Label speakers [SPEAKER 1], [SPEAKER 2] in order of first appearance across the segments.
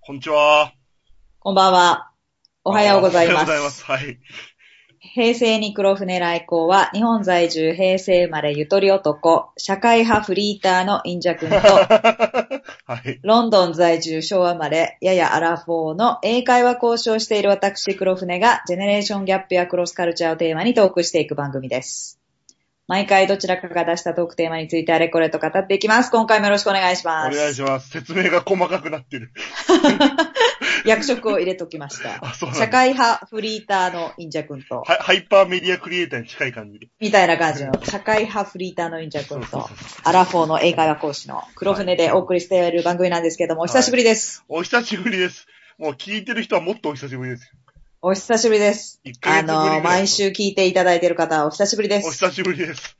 [SPEAKER 1] こんにちは。
[SPEAKER 2] こんばんは。おはようござい
[SPEAKER 1] おはよ
[SPEAKER 2] ます。
[SPEAKER 1] うございます。はい。
[SPEAKER 2] 平成に黒船来航は、日本在住平成生まれゆとり男、社会派フリーターのインジャ君と、
[SPEAKER 1] はい。
[SPEAKER 2] ロンドン在住昭和生まれ、ややアラフォーの英会話交渉している私黒船が、ジェネレーションギャップやクロスカルチャーをテーマにトークしていく番組です。毎回どちらかが出したトークテーマについてあれこれと語っていきます。今回もよろしくお願いし
[SPEAKER 1] お
[SPEAKER 2] ます。
[SPEAKER 1] 願いします。説明が細かくなってる。
[SPEAKER 2] 役職を入れときました。
[SPEAKER 1] あ、そうなんだ
[SPEAKER 2] 社会派フリーターのインジャ君と、
[SPEAKER 1] はハイパーメディアクリエイターに近い感じで。
[SPEAKER 2] みたいな感じの、社会派フリーターのインジャ
[SPEAKER 1] そう
[SPEAKER 2] 君
[SPEAKER 1] そう
[SPEAKER 2] と
[SPEAKER 1] そう、
[SPEAKER 2] アラフォーの英会話講師の黒船でお送りしている番組なんですけども、お久しぶりです。
[SPEAKER 1] お久しぶりです。もう聞いてる人はもっとお久しぶりです。
[SPEAKER 2] お久しぶりです。
[SPEAKER 1] 1ヶ
[SPEAKER 2] あ
[SPEAKER 1] 月ぶりぐらい
[SPEAKER 2] の、毎週聞いていただいている方はお久しぶりで
[SPEAKER 1] お
[SPEAKER 2] す。
[SPEAKER 1] 久しぶりです。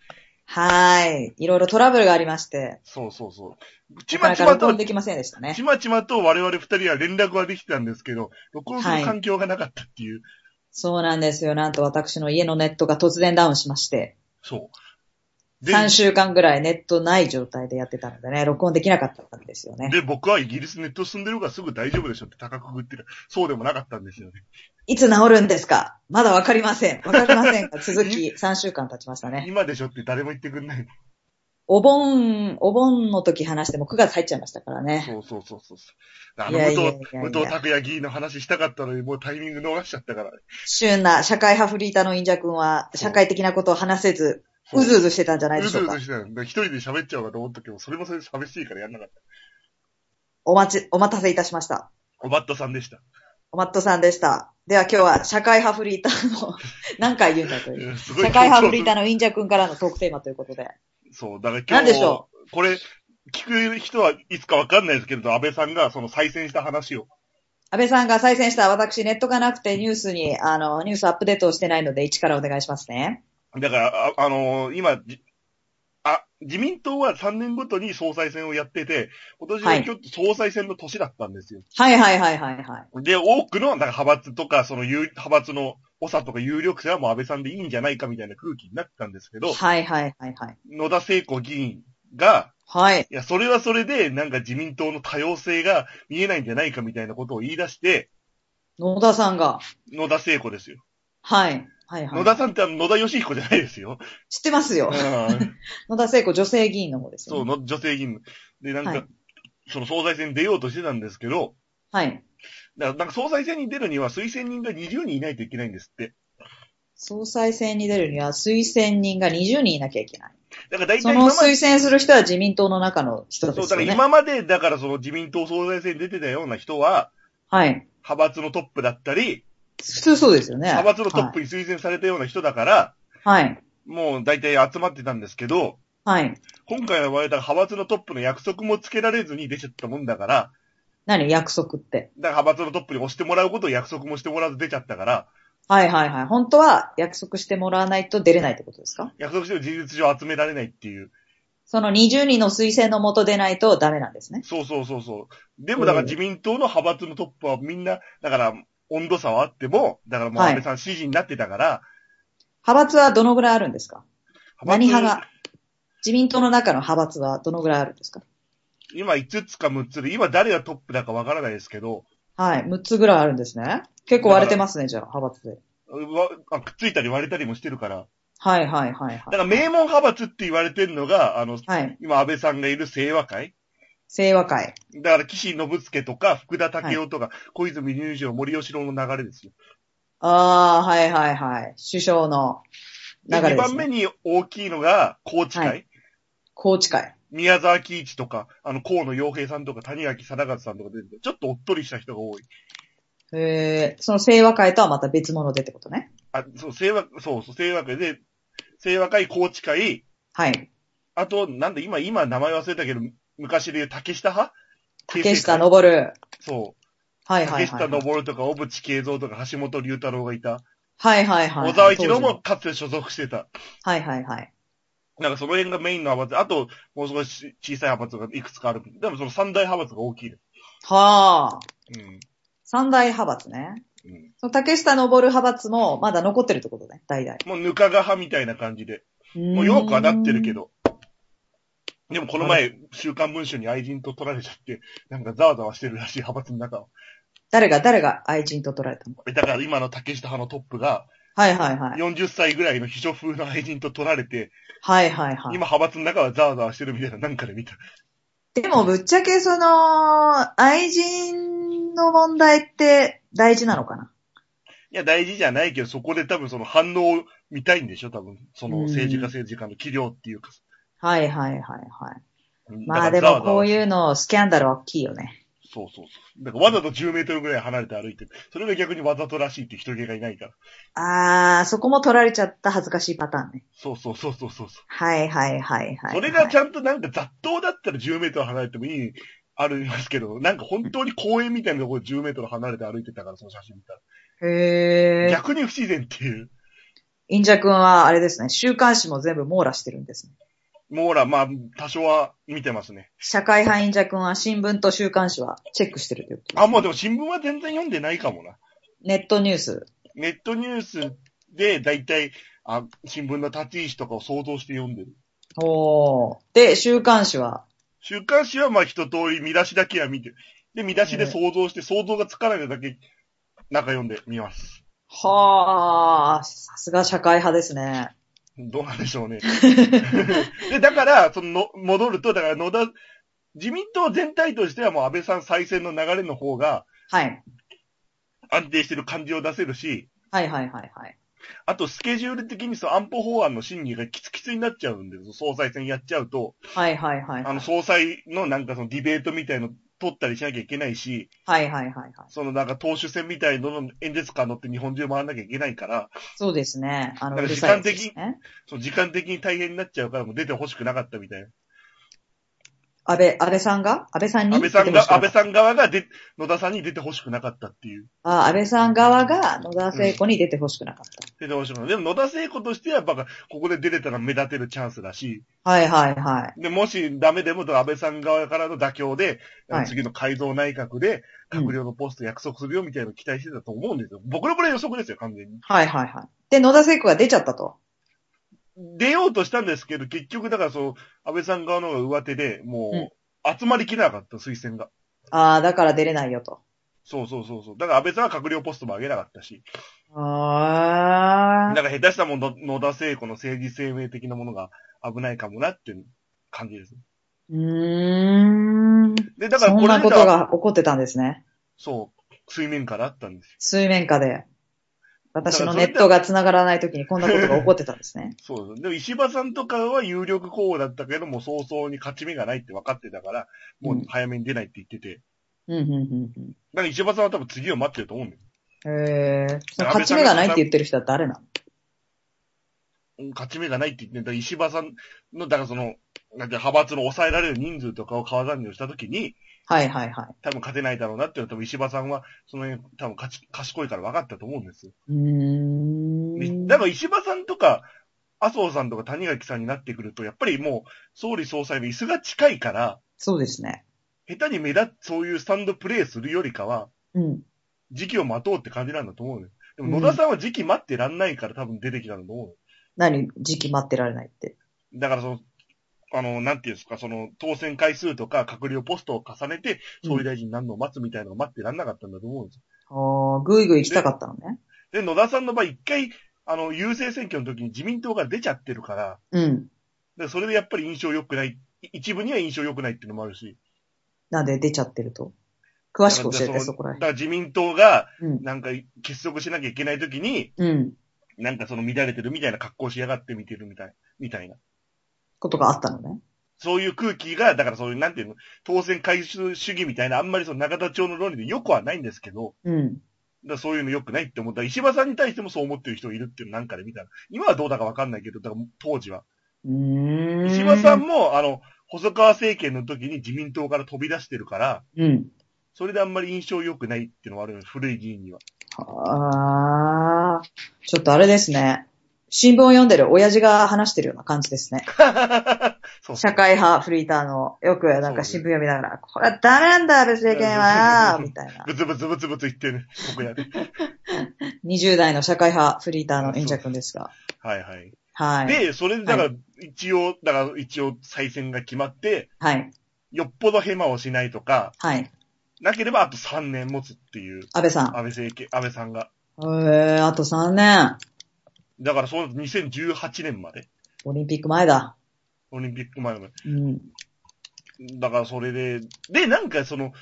[SPEAKER 2] はーい。いろいろトラブルがありまして、
[SPEAKER 1] そうそうそう。ち
[SPEAKER 2] なか
[SPEAKER 1] ま
[SPEAKER 2] な
[SPEAKER 1] ち
[SPEAKER 2] か
[SPEAKER 1] ま
[SPEAKER 2] 録
[SPEAKER 1] と
[SPEAKER 2] 音、できませんでしたね
[SPEAKER 1] ち。まちまと我々二人は連絡はできてたんですけど、録音する環境がなかったっていう。
[SPEAKER 2] そうなんですよ。なんと私の家のネットが突然ダウンしまして、
[SPEAKER 1] そう。で、
[SPEAKER 2] 3週間ぐらいネットない状態でやってたのでね、録音できなかったんですよね。
[SPEAKER 1] で、僕はイギリスネット住んでるからすぐ大丈夫でしょって高くぐってる。そうでもなかったんですよね。
[SPEAKER 2] いつ治るんですかまだわかりません。わかりません が、続き3週間経ちましたね。
[SPEAKER 1] 今でしょって誰も言ってくんない。
[SPEAKER 2] お盆、お盆の時話しても9月入っちゃいましたからね。
[SPEAKER 1] そうそうそうそうそう。あの、武
[SPEAKER 2] いやい
[SPEAKER 1] 藤
[SPEAKER 2] やいやいや、
[SPEAKER 1] 武藤拓也議員の話したかったのに、もうタイミング逃しちゃったから。
[SPEAKER 2] 旬な社会派フリーターのインジャ君は、社会的なことを話せず、うずうずしてたんじゃないで
[SPEAKER 1] う
[SPEAKER 2] し
[SPEAKER 1] ず
[SPEAKER 2] ょう
[SPEAKER 1] う
[SPEAKER 2] か
[SPEAKER 1] ず。してたんで、一人で喋っちゃうかと思ったけど、それもそれで寂しいからやんなかった。
[SPEAKER 2] お待ち、お待たせいたしました。
[SPEAKER 1] おばっとさんでした。
[SPEAKER 2] おまっとさんでした。では今日は社会派フリーターの 何回言うんだという。
[SPEAKER 1] うんすごい
[SPEAKER 2] 社会派フリーターのインジャ君からのトークテーマということで。
[SPEAKER 1] そう、だから今
[SPEAKER 2] なんで
[SPEAKER 1] 日、
[SPEAKER 2] しょ
[SPEAKER 1] これ、聞く人はいつかわかんないですけれど、安倍さんがその再選した話を。
[SPEAKER 2] 安倍さんが再選した私ネットがなくてニュースに、あの、ニュースアップデートをしてないので一からお願いしますね。
[SPEAKER 1] だから、あ、あのー今、じあ、自民党は3年ごとに総裁選をやってて、今年は
[SPEAKER 2] はい
[SPEAKER 1] 今日総裁選の年だったんですよ。
[SPEAKER 2] はいはいはいはいはい。
[SPEAKER 1] で、多くの、なんか派閥とか、その有、派閥の長とか有力者はもう安倍さんでいいんじゃないかみたいな空気になってたんですけど、
[SPEAKER 2] はいはいはいはい。
[SPEAKER 1] 野田聖子議員が、
[SPEAKER 2] はい。
[SPEAKER 1] いや、それはそれで、なんか自民党の多様性が見えないんじゃないかみたいなことを言い出して、
[SPEAKER 2] 野田さんが。
[SPEAKER 1] 野田聖子ですよ。
[SPEAKER 2] はい。はいはい。
[SPEAKER 1] 野田さんってあの野田義彦じゃないです よ。
[SPEAKER 2] 知ってますよ。
[SPEAKER 1] うん
[SPEAKER 2] 野田聖子女性議員の方ですよ、
[SPEAKER 1] そう、の女性議員。で、なんか、
[SPEAKER 2] はい
[SPEAKER 1] その総裁選に出ようとしてたんですけど、
[SPEAKER 2] はい。
[SPEAKER 1] だからなんか総裁選に出るには推薦人が20人いないといけないんですって。
[SPEAKER 2] 総裁選に出るには推薦人が20人いなきゃいけない。
[SPEAKER 1] だから大体
[SPEAKER 2] そ
[SPEAKER 1] 今
[SPEAKER 2] の
[SPEAKER 1] まで
[SPEAKER 2] 推薦する人は自民党の中の人
[SPEAKER 1] そ
[SPEAKER 2] で
[SPEAKER 1] う、だ
[SPEAKER 2] すよ
[SPEAKER 1] から
[SPEAKER 2] ね。
[SPEAKER 1] 今まで、だからその自民党総裁選に出てたような人は、
[SPEAKER 2] はい。
[SPEAKER 1] 派閥のトップだったり、
[SPEAKER 2] 普通そうですよね。
[SPEAKER 1] 派閥のトップに推薦されたような人だから、
[SPEAKER 2] はい。はい。
[SPEAKER 1] もう大体集まってたんですけど、
[SPEAKER 2] はい。
[SPEAKER 1] 今回は我々だから派閥のトップの約束もつけられずに出ちゃったもんだから、
[SPEAKER 2] 何約束って。
[SPEAKER 1] だから派閥のトップに押してもらうことを約束もしてもらわず出ちゃったから、
[SPEAKER 2] はいはいはい。本当は約束してもらわないと出れないってことですか
[SPEAKER 1] 約束しても事実上集められないっていう。
[SPEAKER 2] その20人の推薦のもと出ないとダメなんですね。
[SPEAKER 1] そうそうそうそう。でもだから自民党の派閥のトップはみんな、だから温度差はあっても、だからもう安倍さん支持になってたから、
[SPEAKER 2] 派閥はどのぐらいあるんですか何
[SPEAKER 1] 派
[SPEAKER 2] 派が自民党の中の派閥はどのぐらいあるんですか
[SPEAKER 1] 今5つか6つで、今誰がトップだかわからないですけど、
[SPEAKER 2] はい。6つぐらいあるんですね。結構割れてますね、じゃあ、派閥で。
[SPEAKER 1] うわあくっついたり割れたりもしてるから。
[SPEAKER 2] はいはいはい
[SPEAKER 1] だ
[SPEAKER 2] は
[SPEAKER 1] か
[SPEAKER 2] い。
[SPEAKER 1] ら名門派閥って言われてるのが、あの、
[SPEAKER 2] はい。
[SPEAKER 1] 今安倍さんがいる清和会。
[SPEAKER 2] 清和会。
[SPEAKER 1] だから岸信介とか福田武夫とか、小泉龍二郎、森吉郎の流れですよ。
[SPEAKER 2] ああ、はいはいはい。首相の
[SPEAKER 1] で、
[SPEAKER 2] 流れ
[SPEAKER 1] 2
[SPEAKER 2] です、
[SPEAKER 1] 番目
[SPEAKER 2] ね。
[SPEAKER 1] に大きいのが高知会。
[SPEAKER 2] はい高知会。
[SPEAKER 1] 宮沢喜一とか、あの、河野洋平さんとか、谷垣貞和さんとか出てて、ちょっとおっとりした人が多い。
[SPEAKER 2] えー、その清和会とはまた別物でってことね。
[SPEAKER 1] あ、そう、清和、そうそう、清和会で、清和会、高知会、
[SPEAKER 2] はい。
[SPEAKER 1] あと、なんで今、今名前忘れたけど、昔で言う竹下派
[SPEAKER 2] 竹下
[SPEAKER 1] の。
[SPEAKER 2] 登る。
[SPEAKER 1] そう。
[SPEAKER 2] はいはい
[SPEAKER 1] 竹下
[SPEAKER 2] はい。はい
[SPEAKER 1] 登とか、小渕恵三とか、橋本龍太郎がいた。
[SPEAKER 2] はいはい。
[SPEAKER 1] 小沢一郎も
[SPEAKER 2] 当時の。
[SPEAKER 1] かつて所属してた。
[SPEAKER 2] はいはいはい。
[SPEAKER 1] なんかその辺がメインの派閥。あと、もう少し小さい派閥がいくつかある。でもその三大派閥が大きいです。
[SPEAKER 2] はあ。
[SPEAKER 1] うん。
[SPEAKER 2] 三大派閥ね。
[SPEAKER 1] うん、
[SPEAKER 2] その竹下登る派閥もまだ残ってるってことね、代々。
[SPEAKER 1] もう、ぬかが派みたいな感じで。
[SPEAKER 2] も
[SPEAKER 1] もう弱くはなってるけ。ど。でもこの前、週刊文春に愛人と取られちゃって、なんかざわざわしてるらしい派閥の中を。
[SPEAKER 2] 誰が、誰が愛人と取られたのか。
[SPEAKER 1] だから今の竹下派のトップが、
[SPEAKER 2] はいはいはい。
[SPEAKER 1] 40歳ぐらいの秘書風の愛人と取られて、
[SPEAKER 2] はいはいはい。
[SPEAKER 1] 今派閥の中はざわざわしてるみたいな、なんかで見た。
[SPEAKER 2] でもぶっちゃけその、愛人の問題って大事なのかない
[SPEAKER 1] や、大事じゃないけど、そこで多分その反応を見たいんでしょ、多分。その政治家
[SPEAKER 2] うん
[SPEAKER 1] 政治家の器量っていうか。
[SPEAKER 2] はいはいはいはい。まあ
[SPEAKER 1] だか
[SPEAKER 2] で
[SPEAKER 1] らざわ
[SPEAKER 2] も
[SPEAKER 1] ざわ
[SPEAKER 2] こういうの、スキャンダルは大きいよね。
[SPEAKER 1] そうそうそう。だからわざと10メートルぐらい離れて歩いてる。それが逆にわざとらしいって人気がいないから。
[SPEAKER 2] あー、そこも取られちゃった恥ずかしいパターンね。
[SPEAKER 1] そうそうそうそうそうそう。
[SPEAKER 2] はいはいはいはい。
[SPEAKER 1] それがちゃんとなんか雑踏だったら10メートル離れてもいい、あるんですけど、なんか本当に公園みたいなところ10メートル離れて歩いてたから、その写真見たら。
[SPEAKER 2] へー。
[SPEAKER 1] 逆に不自然っていう。
[SPEAKER 2] インジャ君は、あれですね、週刊誌も全部網羅してるんですね。
[SPEAKER 1] もうほら、まあ、多少は見てますね。
[SPEAKER 2] 社会派インジャ君は新聞と週刊誌はチェックしてるということ
[SPEAKER 1] あ、もうでも新聞は全然読んでないかもな。
[SPEAKER 2] ネットニュース。
[SPEAKER 1] ネットニュースで大体、あ、新聞の立ち位置とかを想像して読んでる。
[SPEAKER 2] おー。で、週刊誌は、
[SPEAKER 1] 週刊誌はまあ一通り見出しだけは見て、で、見出しで想像して、想像がつかないのだけ、中読んでみます。
[SPEAKER 2] はー、さすが社会派ですね。
[SPEAKER 1] どうなんでしょうね。で、だから、その、戻ると、だから野田、自民党全体としてはもう安倍さん再選の流れの方が
[SPEAKER 2] はい。
[SPEAKER 1] 安定してる感じを出せるし、
[SPEAKER 2] はいはいはいはい。
[SPEAKER 1] あとスケジュール的にその安保法案の審議がきつきつになっちゃうんですよ。総裁選やっちゃうと、
[SPEAKER 2] はいはいはい。
[SPEAKER 1] あの、総裁のなんかそのディベートみたいの取ったりしなきゃいけないし、
[SPEAKER 2] はいはいはいはい。
[SPEAKER 1] そのなんか党首選みたいのの演説官乗って日本中回らなきゃいけないから、
[SPEAKER 2] そうですね。あの、
[SPEAKER 1] だから
[SPEAKER 2] うるさいやつ
[SPEAKER 1] 時間的
[SPEAKER 2] ですね。
[SPEAKER 1] その時間的に大変になっちゃうからもう出てほしくなかったみたい
[SPEAKER 2] 安倍、安倍さんが安倍さん
[SPEAKER 1] な。
[SPEAKER 2] に
[SPEAKER 1] 安倍さん
[SPEAKER 2] 出て
[SPEAKER 1] が、
[SPEAKER 2] ほしか
[SPEAKER 1] 安
[SPEAKER 2] った
[SPEAKER 1] 倍さん側がで、野田さんに出てほしくなかったっていう。
[SPEAKER 2] あ安倍さん側が野田聖子に出てほしくなかった。
[SPEAKER 1] 出てほしくなかった。でも野田聖子としてはやっぱここで出れたら目立てるチャンスだし、
[SPEAKER 2] はいはいはい。
[SPEAKER 1] で、もしダメでも安倍さん側からの妥協で、
[SPEAKER 2] はい
[SPEAKER 1] 次の改造内閣で閣僚のポスト約束するよみたいなのを期待してたと思うんですよ。僕のこれ予測ですよ、完全に。
[SPEAKER 2] はいはいはい。で、野田聖子が出ちゃったと。
[SPEAKER 1] 出ようとしたんですけど、結局だからそう、安倍さん側の方が上手で、もう、集まりきれなかった、推薦が。
[SPEAKER 2] ああ、だから出れないよと。
[SPEAKER 1] そうそうそうそう。だから安倍さんは閣僚ポストも上げなかったし、
[SPEAKER 2] あ
[SPEAKER 1] だから下手したもんの野田聖子の政治生命的なものが危ないかもなっていう感じです。
[SPEAKER 2] うーん。
[SPEAKER 1] で、だから
[SPEAKER 2] そ
[SPEAKER 1] こ
[SPEAKER 2] ん
[SPEAKER 1] れ
[SPEAKER 2] な
[SPEAKER 1] 自
[SPEAKER 2] こ
[SPEAKER 1] 体
[SPEAKER 2] と
[SPEAKER 1] は、
[SPEAKER 2] が起こってたんですね。
[SPEAKER 1] そう、水面下だったんですよ。
[SPEAKER 2] 水面下で。私の
[SPEAKER 1] だからそ
[SPEAKER 2] ネ
[SPEAKER 1] れ
[SPEAKER 2] ットが繋がらない時にこんなことが起こってたんですね。
[SPEAKER 1] そうです。でも石破さんとかは有力候補だったけども、早々に勝ち目がないって分かってたから、もう早めに出ないって言ってて。
[SPEAKER 2] うん、うん、うん
[SPEAKER 1] だから石破さんは多分次を待ってると思うんです。
[SPEAKER 2] うん。へえ。その勝ち目がないって言ってる人は誰なの
[SPEAKER 1] 勝ち目がないって言って、だから石破さんの、だからその、なんて派閥の抑えられる人数とかを川残業したときに、
[SPEAKER 2] はいはいはい。
[SPEAKER 1] 多分勝てないだろうなっていうのは、多分石破さんは、その辺、多分勝ち、賢いから分かったと思うんですよ。
[SPEAKER 2] うーん。
[SPEAKER 1] だから石破さんとか、麻生さんとか谷垣さんになってくると、やっぱりもう、総理総裁の椅子が近いから、
[SPEAKER 2] そうですね。
[SPEAKER 1] 下手に目立つ、そういうスタンドプレーするよりかは、
[SPEAKER 2] うん。
[SPEAKER 1] 時期を待とうって感じなんだと思うのよ。で
[SPEAKER 2] う
[SPEAKER 1] も
[SPEAKER 2] ん
[SPEAKER 1] 野田さんは時期待ってらんないから多分出てきたんだと思うのよ。
[SPEAKER 2] 何時期待ってられないって。
[SPEAKER 1] だからその、あの、なんていうんですか、その、当選回数とか、閣僚ポストを重ねて、総理大臣になるのを待つみたいなのを待ってらんなかったんだと思うんですよ。
[SPEAKER 2] ああ、ぐいぐい行きたかったのね。
[SPEAKER 1] で、野田さんの場合、一回、あの、優勢選挙の時に自民党が出ちゃってるから、
[SPEAKER 2] うん。
[SPEAKER 1] でそれでやっぱり印象良くない、い一部には印象良くないっていうのもあるし。
[SPEAKER 2] なんで出ちゃってると。詳しく教
[SPEAKER 1] だ
[SPEAKER 2] え
[SPEAKER 1] か
[SPEAKER 2] て、
[SPEAKER 1] ら
[SPEAKER 2] そこら
[SPEAKER 1] だから自民党が、
[SPEAKER 2] 辺。うん。
[SPEAKER 1] なんか結束しなきゃいけない時に、
[SPEAKER 2] うん。
[SPEAKER 1] なんかその乱れてるみたいな格好しやがって見てるみたい、みたいな。
[SPEAKER 2] ことがあったのね。
[SPEAKER 1] そういう空気が、だからそういう、なんていうの、当選回収主義みたいな、あんまりその中田町の論理で良くはないんですけど、
[SPEAKER 2] うん。
[SPEAKER 1] だからそういうの良くないって思った。石破さんに対してもそう思ってる人いるっていうのなんかで見たら、今はどうだかわかんないけど、だから当時は。
[SPEAKER 2] うーん。
[SPEAKER 1] 石破さんも、あの、細川政権の時に自民党から飛び出してるから、
[SPEAKER 2] うん。
[SPEAKER 1] それであんまり印象良くないっていうのはあるのよ古い議員には。
[SPEAKER 2] ああ、ちょっとあれですね。新聞を読んでる親父が話してるような感じですね。
[SPEAKER 1] そう
[SPEAKER 2] 社会派フリーターの、よくなんか新聞読みながら、これはダメなんだ、安倍政権は、みたい な。
[SPEAKER 1] ブツブツブツブツ言ってね、 僕やで。
[SPEAKER 2] 20代の社会派フリーターの演者君ですが。
[SPEAKER 1] はいはい。
[SPEAKER 2] はい。
[SPEAKER 1] で、それでだから、一応、だから一応再選が決まって、
[SPEAKER 2] はい。
[SPEAKER 1] よっぽどヘマをしないとか、
[SPEAKER 2] はい。
[SPEAKER 1] なければあと3年持つっていう、
[SPEAKER 2] 安倍さん。
[SPEAKER 1] 安倍政権、安倍さんが。
[SPEAKER 2] えー、あと3年。
[SPEAKER 1] だからそう、2018年まで、
[SPEAKER 2] オリンピック前だ。
[SPEAKER 1] オリンピック前まで。
[SPEAKER 2] うん。
[SPEAKER 1] だからそれで、で、なんかその、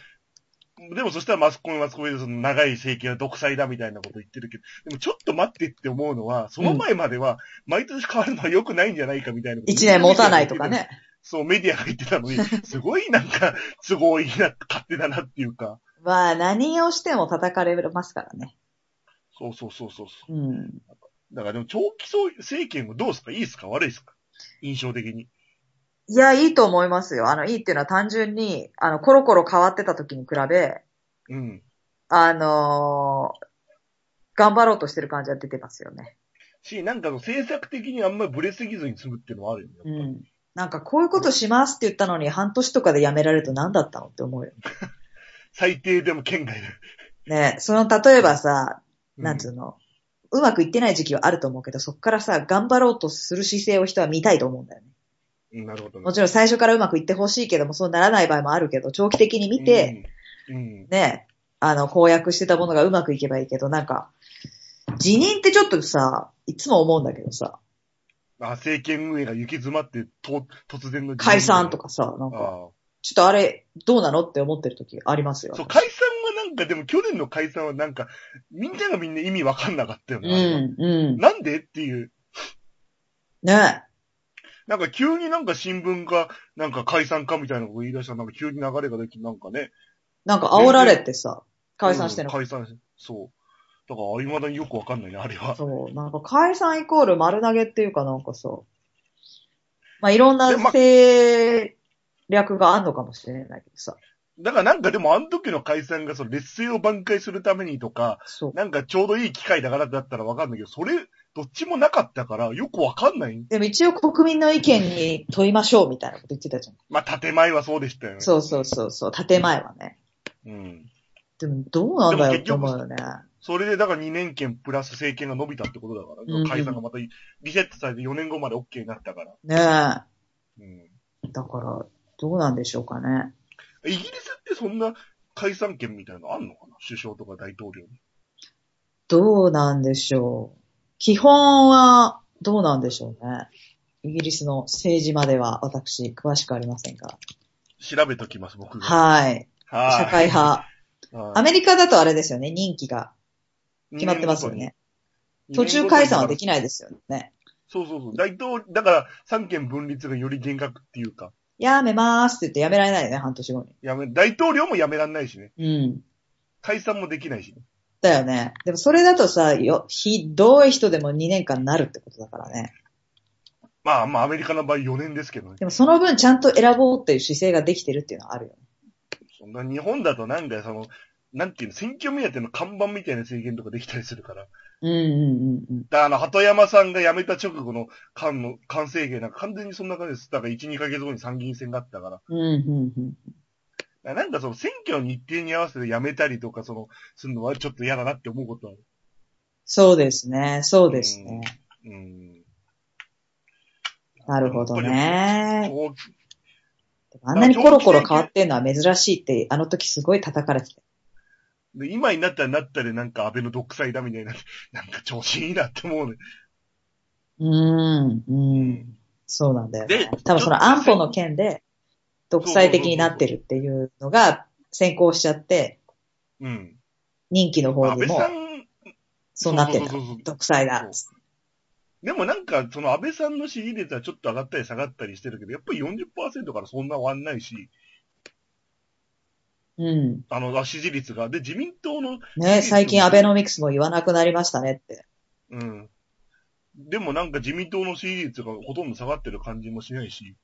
[SPEAKER 1] でもそしたらマスコミマスコミでその長い政権は独裁だみたいなこと言ってるけど、でもちょっと待ってって思うのは、その前までは毎年変わるのは良くないんじゃないかみたいなこと。
[SPEAKER 2] 1年持たないとかね。
[SPEAKER 1] そう、メディアが言ってたのに、 すごいなんか都合いいな、勝手だなっていうか、
[SPEAKER 2] まあ、何をしても叩かれますからね。
[SPEAKER 1] そうそうそうそうそ
[SPEAKER 2] うん。
[SPEAKER 1] う。だからでも長期政権はどうですかいいですか悪いですか印象的に。
[SPEAKER 2] いや、いいと思いますよ。あの、いいっていうのは単純に、あの、コロコロ変わってた時に比べ、
[SPEAKER 1] うん。
[SPEAKER 2] あのー頑張ろうとしてる感じは出てますよね。
[SPEAKER 1] し、なんかその政策的にあんまりブレすぎずに済むっていうのはあるよね。やっぱり
[SPEAKER 2] ん。なんか、こういうことしますって言ったのに、半年とかでやめられると何だったのって思うよ。
[SPEAKER 1] 最低でも県 外で。
[SPEAKER 2] ねその、例えばさ、なんつ
[SPEAKER 1] う
[SPEAKER 2] うの、うまくいってない時期はあると思うけど、そっからさ、頑張ろうとする姿勢を人は見たいと思うんだよね。
[SPEAKER 1] んなるほどね
[SPEAKER 2] もちろん最初からうまくいってほしいけども、そうならない場合もあるけど、長期的に見て、
[SPEAKER 1] うん、うん。
[SPEAKER 2] ね、あの、公約してたものがうまくいけばいいけど、なんか、辞任ってちょっとさ、いつも思うんだけどさ、
[SPEAKER 1] あ、政権運営が行き詰まって、と、突然の。
[SPEAKER 2] 解散と
[SPEAKER 1] か。
[SPEAKER 2] かさ、なんか、
[SPEAKER 1] あ
[SPEAKER 2] ちょっとあれ、どうなのって思ってる時ありますよ
[SPEAKER 1] あ。。そう、解散はなんか、でも去年の解散はなんか、みんながみんな意味わかんなかったよ
[SPEAKER 2] う
[SPEAKER 1] ね。あれは
[SPEAKER 2] ん、う
[SPEAKER 1] なんでっていう。
[SPEAKER 2] ん。ね。
[SPEAKER 1] なんか急になんか新聞が、なんか解散かみたいなこと言い出したら、なんか急に流れができて、なんかね。
[SPEAKER 2] なんか煽られてさ、解散してる
[SPEAKER 1] うん
[SPEAKER 2] の。
[SPEAKER 1] 解散し、そう。だから、未だによくわかんないね、あれは。
[SPEAKER 2] そう、なんか解散イコール丸投げっていうかなんかさ、まあ、いろんな
[SPEAKER 1] でま
[SPEAKER 2] 戦略があんのかもしれないけどさ、
[SPEAKER 1] だからなんかでも、あの時の解散が、その劣勢を挽回するためにとか、
[SPEAKER 2] そう。
[SPEAKER 1] なんかちょうどいい機会だからだったらわかんないけど、それ、どっちもなかったから、よくわかんない。
[SPEAKER 2] でも一応国民の意見に問いましょうみたいなこと言ってたじゃん。
[SPEAKER 1] まあ、建前はそうでしたよね。
[SPEAKER 2] そうそうそうそう、建前はね。
[SPEAKER 1] うん。
[SPEAKER 2] でも、どうな
[SPEAKER 1] で
[SPEAKER 2] んだ
[SPEAKER 1] も
[SPEAKER 2] よっ
[SPEAKER 1] 結
[SPEAKER 2] て
[SPEAKER 1] 局
[SPEAKER 2] 思うよね。
[SPEAKER 1] それで、だから2年間プラス政権が伸びたってことだから、
[SPEAKER 2] うん
[SPEAKER 1] 解散がまたリセットされて4年後まで OK になったから。
[SPEAKER 2] ねえ。だ
[SPEAKER 1] うん。
[SPEAKER 2] から、どうなんでしょうかね。
[SPEAKER 1] イギリスってそんな解散権みたいなのあんのかな首相とか大統領に。
[SPEAKER 2] どうなんでしょう。基本は、どうなんでしょうね。イギリスの政治までは私、詳しくありませんが。
[SPEAKER 1] 調べときます、僕が。
[SPEAKER 2] はい。
[SPEAKER 1] は
[SPEAKER 2] 社会派。ア
[SPEAKER 1] 派。
[SPEAKER 2] メリカだとあれですよね、任期が決まってますよね。途中解散はで
[SPEAKER 1] き
[SPEAKER 2] きないですよね。
[SPEAKER 1] そうそうそう。大統領、だから、三権分立がより厳格っていうか、
[SPEAKER 2] やめまーすって言ってやめられないよね、半年後
[SPEAKER 1] やめ、大統領もやめらんないしね。
[SPEAKER 2] に。うん。
[SPEAKER 1] 解散もできないしね。
[SPEAKER 2] だよね。でもそれだとさ、よ、ひどい人でも2年間なるってことだからね。
[SPEAKER 1] まあまあ、アメリカの場合4年ですけどね。
[SPEAKER 2] でもその分ちゃんと選ぼうっていう姿勢ができてるっていうのはあるよね。
[SPEAKER 1] そんな日本だとなんだよ、その、なんていうの、選挙目当ての看板みたいな制限とかできたりするから。
[SPEAKER 2] うんうんうんうん。
[SPEAKER 1] だからあの、鳩山さんが辞めた直後の菅の、菅政権なんか完全にそんな感じです。だから1、2ヶ月後に参議院選があったから。だか
[SPEAKER 2] うんうんうん。
[SPEAKER 1] らなんかその選挙の日程に合わせて辞めたりとか、その、するのはちょっと嫌だなって思うことはある。
[SPEAKER 2] そうですね、そうですね。
[SPEAKER 1] うん。
[SPEAKER 2] なるほどね。
[SPEAKER 1] 長期
[SPEAKER 2] あんなにコロコロ変わってんのは珍しいって、あの時すごい叩かれてた。
[SPEAKER 1] で今になったらなったでなんか安倍の独裁だみたいな、 なんか調子いいなって思うね。
[SPEAKER 2] うーん、うん。そうなんだよね
[SPEAKER 1] で。
[SPEAKER 2] 多分その安保の件で、独裁的になってるっていうのが先行しちゃって、
[SPEAKER 1] うん。
[SPEAKER 2] 任期の
[SPEAKER 1] まあ安
[SPEAKER 2] 方に
[SPEAKER 1] 倍
[SPEAKER 2] も
[SPEAKER 1] さ、ん、
[SPEAKER 2] そうなって
[SPEAKER 1] そう
[SPEAKER 2] んだ
[SPEAKER 1] そうそうそう。
[SPEAKER 2] 独裁だ。
[SPEAKER 1] でもなんか、その安倍さんの支持率はちょっと上がったり下がったりしてるけど、やっぱり40%からそんな割んないし、
[SPEAKER 2] うん。
[SPEAKER 1] あの、あ支持率が。で、自民党の、
[SPEAKER 2] ね、最近アベノミクスも言わなくなりましたねって。
[SPEAKER 1] うん。でもなんか自民党の支持率がほとんど下がってる感じもしないし、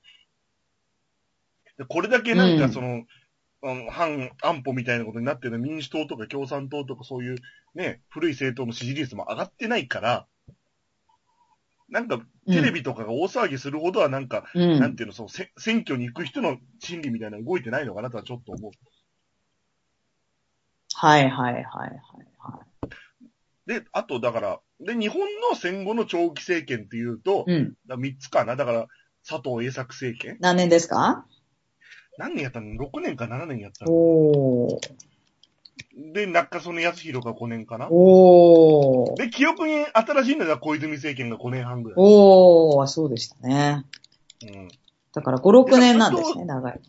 [SPEAKER 1] でこれだけなん
[SPEAKER 2] う
[SPEAKER 1] か
[SPEAKER 2] ん
[SPEAKER 1] その、あの反安保みたいなことになってる民主党とか共産党とかそういうね、古い政党の支持率も上がってないから、なんかテレビとかが大騒ぎするほどはなんか、
[SPEAKER 2] う
[SPEAKER 1] なん
[SPEAKER 2] ん。
[SPEAKER 1] ていうの、そのせ選挙に行く人の心理みたいなの動いてないのかなとはちょっと思う。
[SPEAKER 2] はいはいはいはいはい。
[SPEAKER 1] で、あとだから、で、日本の戦後の長期政権っていうと、
[SPEAKER 2] うん。
[SPEAKER 1] だ3つかな。だから、佐藤栄作政権
[SPEAKER 2] 何年ですか
[SPEAKER 1] 何年やったの ?6 年か7年やったの
[SPEAKER 2] おー。
[SPEAKER 1] で、中曽根康弘が5年かな
[SPEAKER 2] おー。
[SPEAKER 1] で、記憶に新しいのが小泉政権が5年半ぐらい。
[SPEAKER 2] おー、そうでしたね。
[SPEAKER 1] うん。
[SPEAKER 2] だから5、6年なんですね、長い。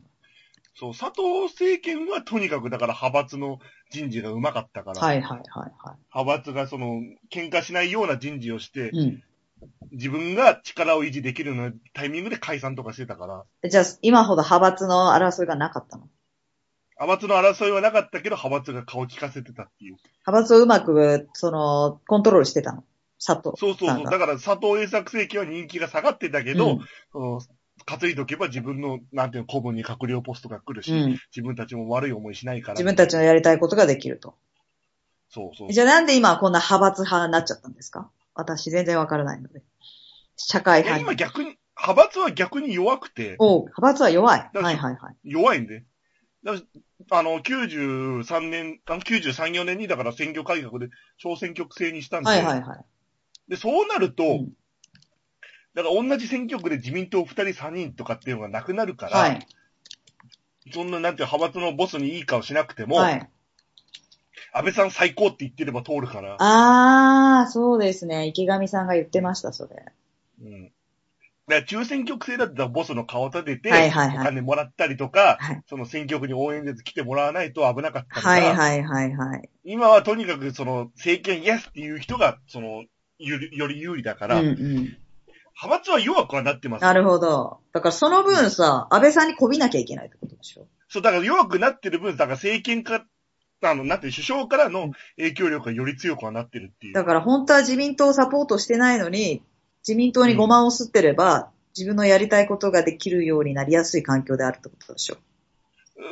[SPEAKER 1] そう、佐藤政権はとにかくだから派閥の人事がうまかったから、
[SPEAKER 2] はいはいはいは
[SPEAKER 1] 派閥がその、喧嘩しないような人事をして、
[SPEAKER 2] い。うん。
[SPEAKER 1] 自分が力を維持できるようなタイミングで解散とかしてたから、
[SPEAKER 2] じゃあ、今ほど派閥の争いがなかったの
[SPEAKER 1] 派閥の争いはなかったけど、派閥が顔聞かせてたっていう。
[SPEAKER 2] 派閥をうまく、その、コントロールしてたの佐藤
[SPEAKER 1] そうそう
[SPEAKER 2] さ
[SPEAKER 1] そ
[SPEAKER 2] ん
[SPEAKER 1] う。
[SPEAKER 2] が
[SPEAKER 1] だから佐藤栄作政権は人気が下がってたけ
[SPEAKER 2] う
[SPEAKER 1] ど
[SPEAKER 2] ん、
[SPEAKER 1] その担いとけば自分の、なんていうの、古文に閣僚ポストが来るし、
[SPEAKER 2] うん。
[SPEAKER 1] 自分たちも悪い思いしないから。
[SPEAKER 2] 自分たちのやりたいことができると。
[SPEAKER 1] そうそう。
[SPEAKER 2] じゃあなんで今はこんな派閥派になっちゃったんですか私全然わからないので。社会
[SPEAKER 1] いや、今
[SPEAKER 2] 派に。
[SPEAKER 1] 逆に、派閥は逆に弱くて、
[SPEAKER 2] おう派閥は弱い。
[SPEAKER 1] ら
[SPEAKER 2] はいはいはい。
[SPEAKER 1] 弱いんで。だあの、93年、あの93、4年にだから選挙改革で小選挙区制にしたんで、
[SPEAKER 2] はいはいはい。
[SPEAKER 1] で、そうなると、
[SPEAKER 2] うん
[SPEAKER 1] だから同じ選挙区で自民党2人3人とかっていうのがなくなるから、
[SPEAKER 2] はい。
[SPEAKER 1] そんななんていう派閥のボスにいい顔しなくても、
[SPEAKER 2] はい。
[SPEAKER 1] 安倍さん最高って言ってれば通るから、
[SPEAKER 2] あー、そうですね。池上さんが言ってました、それ。
[SPEAKER 1] うん。だから中選挙区制だったらボスの顔立てて、
[SPEAKER 2] はいはいはい
[SPEAKER 1] お金もらったりとか、
[SPEAKER 2] はい
[SPEAKER 1] その選挙区に応援で来てもらわないと危なかったか
[SPEAKER 2] は
[SPEAKER 1] ら、
[SPEAKER 2] いはいはいはい。
[SPEAKER 1] 今はとにかくその政権イエスっていう人が、その、よりより有利だから、
[SPEAKER 2] うんうん。
[SPEAKER 1] 派閥は弱くはなってます。
[SPEAKER 2] なるほど。だからその分さ、安倍さんに媚びなきゃいけないってことでしょ
[SPEAKER 1] そう、だから弱くなってる分、だから政権か、あの、なんていう、首相からの影響力がより強くはなってるっていう。
[SPEAKER 2] だから本当は自民党をサポートしてないのに、自民党に5万を吸ってれば、自分のやりたいことができるようになりやすい環境であるってことでしょ。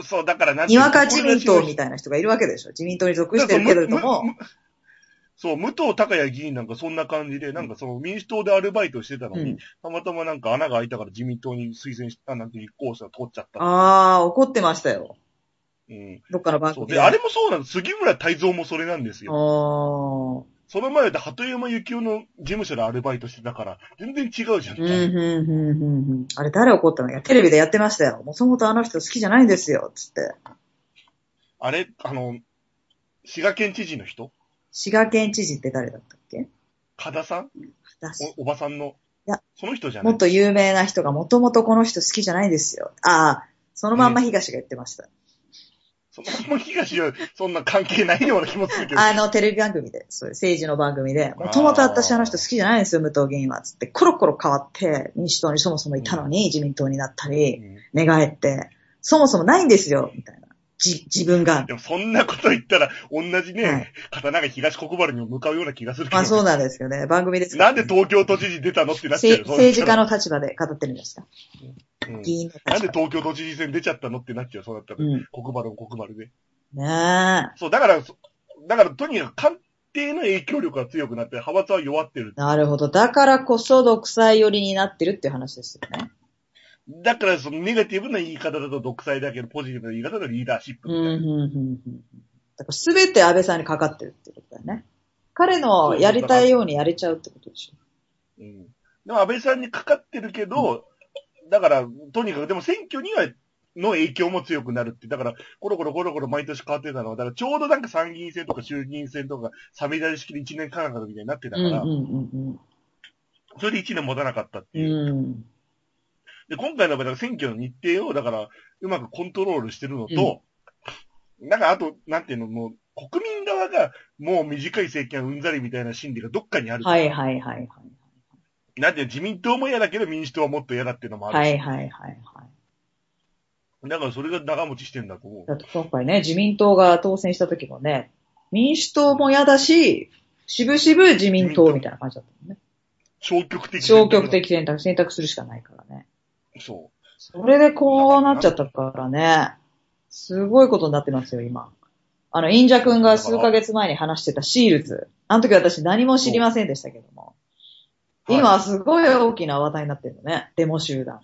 [SPEAKER 1] そう、だからなんていう
[SPEAKER 2] にわか自民党み
[SPEAKER 1] た
[SPEAKER 2] たいな人がいるわけでしょ。自民党に属してるけれども、
[SPEAKER 1] そう、武藤隆也議員なんかそんな感じで、なんかその民主党でアルバイトしてたの
[SPEAKER 2] う
[SPEAKER 1] に、
[SPEAKER 2] ん、
[SPEAKER 1] たまたまなんか穴が開いたから自民党に推薦した、なんて立候補者通っちゃった。
[SPEAKER 2] ああ、怒ってましたよ。
[SPEAKER 1] うん。
[SPEAKER 2] どっかの番
[SPEAKER 1] そう。
[SPEAKER 2] 組
[SPEAKER 1] で、あれもそうなの。杉村太蔵もそれなんですよ。
[SPEAKER 2] ああ。
[SPEAKER 1] その前で鳩山幸夫の事務所でアルバイトしてたから、全然違うじゃん。
[SPEAKER 2] うん、うん、うん、うんうん。あれ誰怒ったのいや、テレビでやってましたよ。もともとあの人好きじゃないんですよ、つって。
[SPEAKER 1] あれ、あの、滋賀県知事の人
[SPEAKER 2] 滋賀県知事って誰だったっけ
[SPEAKER 1] 加田さん
[SPEAKER 2] 私
[SPEAKER 1] おおばさんの。
[SPEAKER 2] いや
[SPEAKER 1] その人じゃない
[SPEAKER 2] もっと有名な人がもともとこの人好きじゃないんですよ。ああ、そのまんま東が言ってました。
[SPEAKER 1] そのその東は、そんな関係ないような気もするけど。
[SPEAKER 2] あの、テレビ番組で、そう政治の番組で、もともと私あの人好きじゃないんですよ、武藤議員は。つって、コロコロ変わって、民主党にそもそもいたのに、自民党になった
[SPEAKER 1] う
[SPEAKER 2] り、
[SPEAKER 1] ん
[SPEAKER 2] 寝返って、そもそもないんですよ、みたいな。じ、自分が
[SPEAKER 1] で。もそんなこと言ったら、同じね、
[SPEAKER 2] はい
[SPEAKER 1] 刀が東国原にも向かうような気がするけど。
[SPEAKER 2] まあそうなんですよね。番組です
[SPEAKER 1] なんで東京都知事出たのってなっちゃう
[SPEAKER 2] せ
[SPEAKER 1] よ。
[SPEAKER 2] 政治家
[SPEAKER 1] の。
[SPEAKER 2] の立場で語ってるんですか
[SPEAKER 1] うん
[SPEAKER 2] 議員の
[SPEAKER 1] なんで
[SPEAKER 2] 立場で。
[SPEAKER 1] 東京都知事選出ちゃったのってなっちゃう、そうだったら。
[SPEAKER 2] うん。
[SPEAKER 1] 国原も国原で。
[SPEAKER 2] ね
[SPEAKER 1] そう、だから、そだからとにかく官邸の影響力が強くなって、派閥は弱ってる
[SPEAKER 2] え。。なるほど。だからこそ独裁寄りになってるっていう話ですよね。
[SPEAKER 1] だから、そのネガティブな言い方だと独裁だけど、ポジティブな言い方だとリーダーシップ
[SPEAKER 2] う
[SPEAKER 1] み
[SPEAKER 2] ん
[SPEAKER 1] たいな。、
[SPEAKER 2] うん、うんうん。だから全て安倍さんにかかってるってことだよね。彼のやりたいようにやれちゃうってことでしょ。
[SPEAKER 1] うん。でも安倍さんにかかってるけど、だから、とにかく、でも選挙には、の影響も強くなるって。だから、コロコロコロコロ毎年変わってたのは、だからちょうどなんか参議院選とか衆議院選とか、サミダり式で1年間隔みたいになってたか
[SPEAKER 2] うん、うん
[SPEAKER 1] ら、、
[SPEAKER 2] うん
[SPEAKER 1] それで1年持たなかったって
[SPEAKER 2] う
[SPEAKER 1] いう。
[SPEAKER 2] ん。うん。
[SPEAKER 1] で、今回の場合、だから選挙の日程を、だから、うまくコントロールしてるのと、なんかあと、なんていうの、もう、国民側が、もう短い政権はうんざりみたいな心理がどっかにある。
[SPEAKER 2] はいはいはいはい。
[SPEAKER 1] なんていうの自民党も嫌だけど民主党はもっと嫌だっていうのもある。
[SPEAKER 2] はいはいはいはい。
[SPEAKER 1] だからそれが長持ちしてんだと思う。
[SPEAKER 2] だって今回ね、自民党が当選した時もね、民主党も嫌だし、渋々自民党みたいな感じだったもんね。
[SPEAKER 1] 消極的。
[SPEAKER 2] 消極。的選択、選択するしかないからね。
[SPEAKER 1] そ
[SPEAKER 2] それでこうなっちゃったからね、すごいことになってますよ、今。あの、インジャ君が数ヶ月前に話してたシールズ。あの時私何も知りませんでしたけども。
[SPEAKER 1] う。
[SPEAKER 2] 今
[SPEAKER 1] はい、
[SPEAKER 2] すごい大きな話題になってるのね。デモ集団。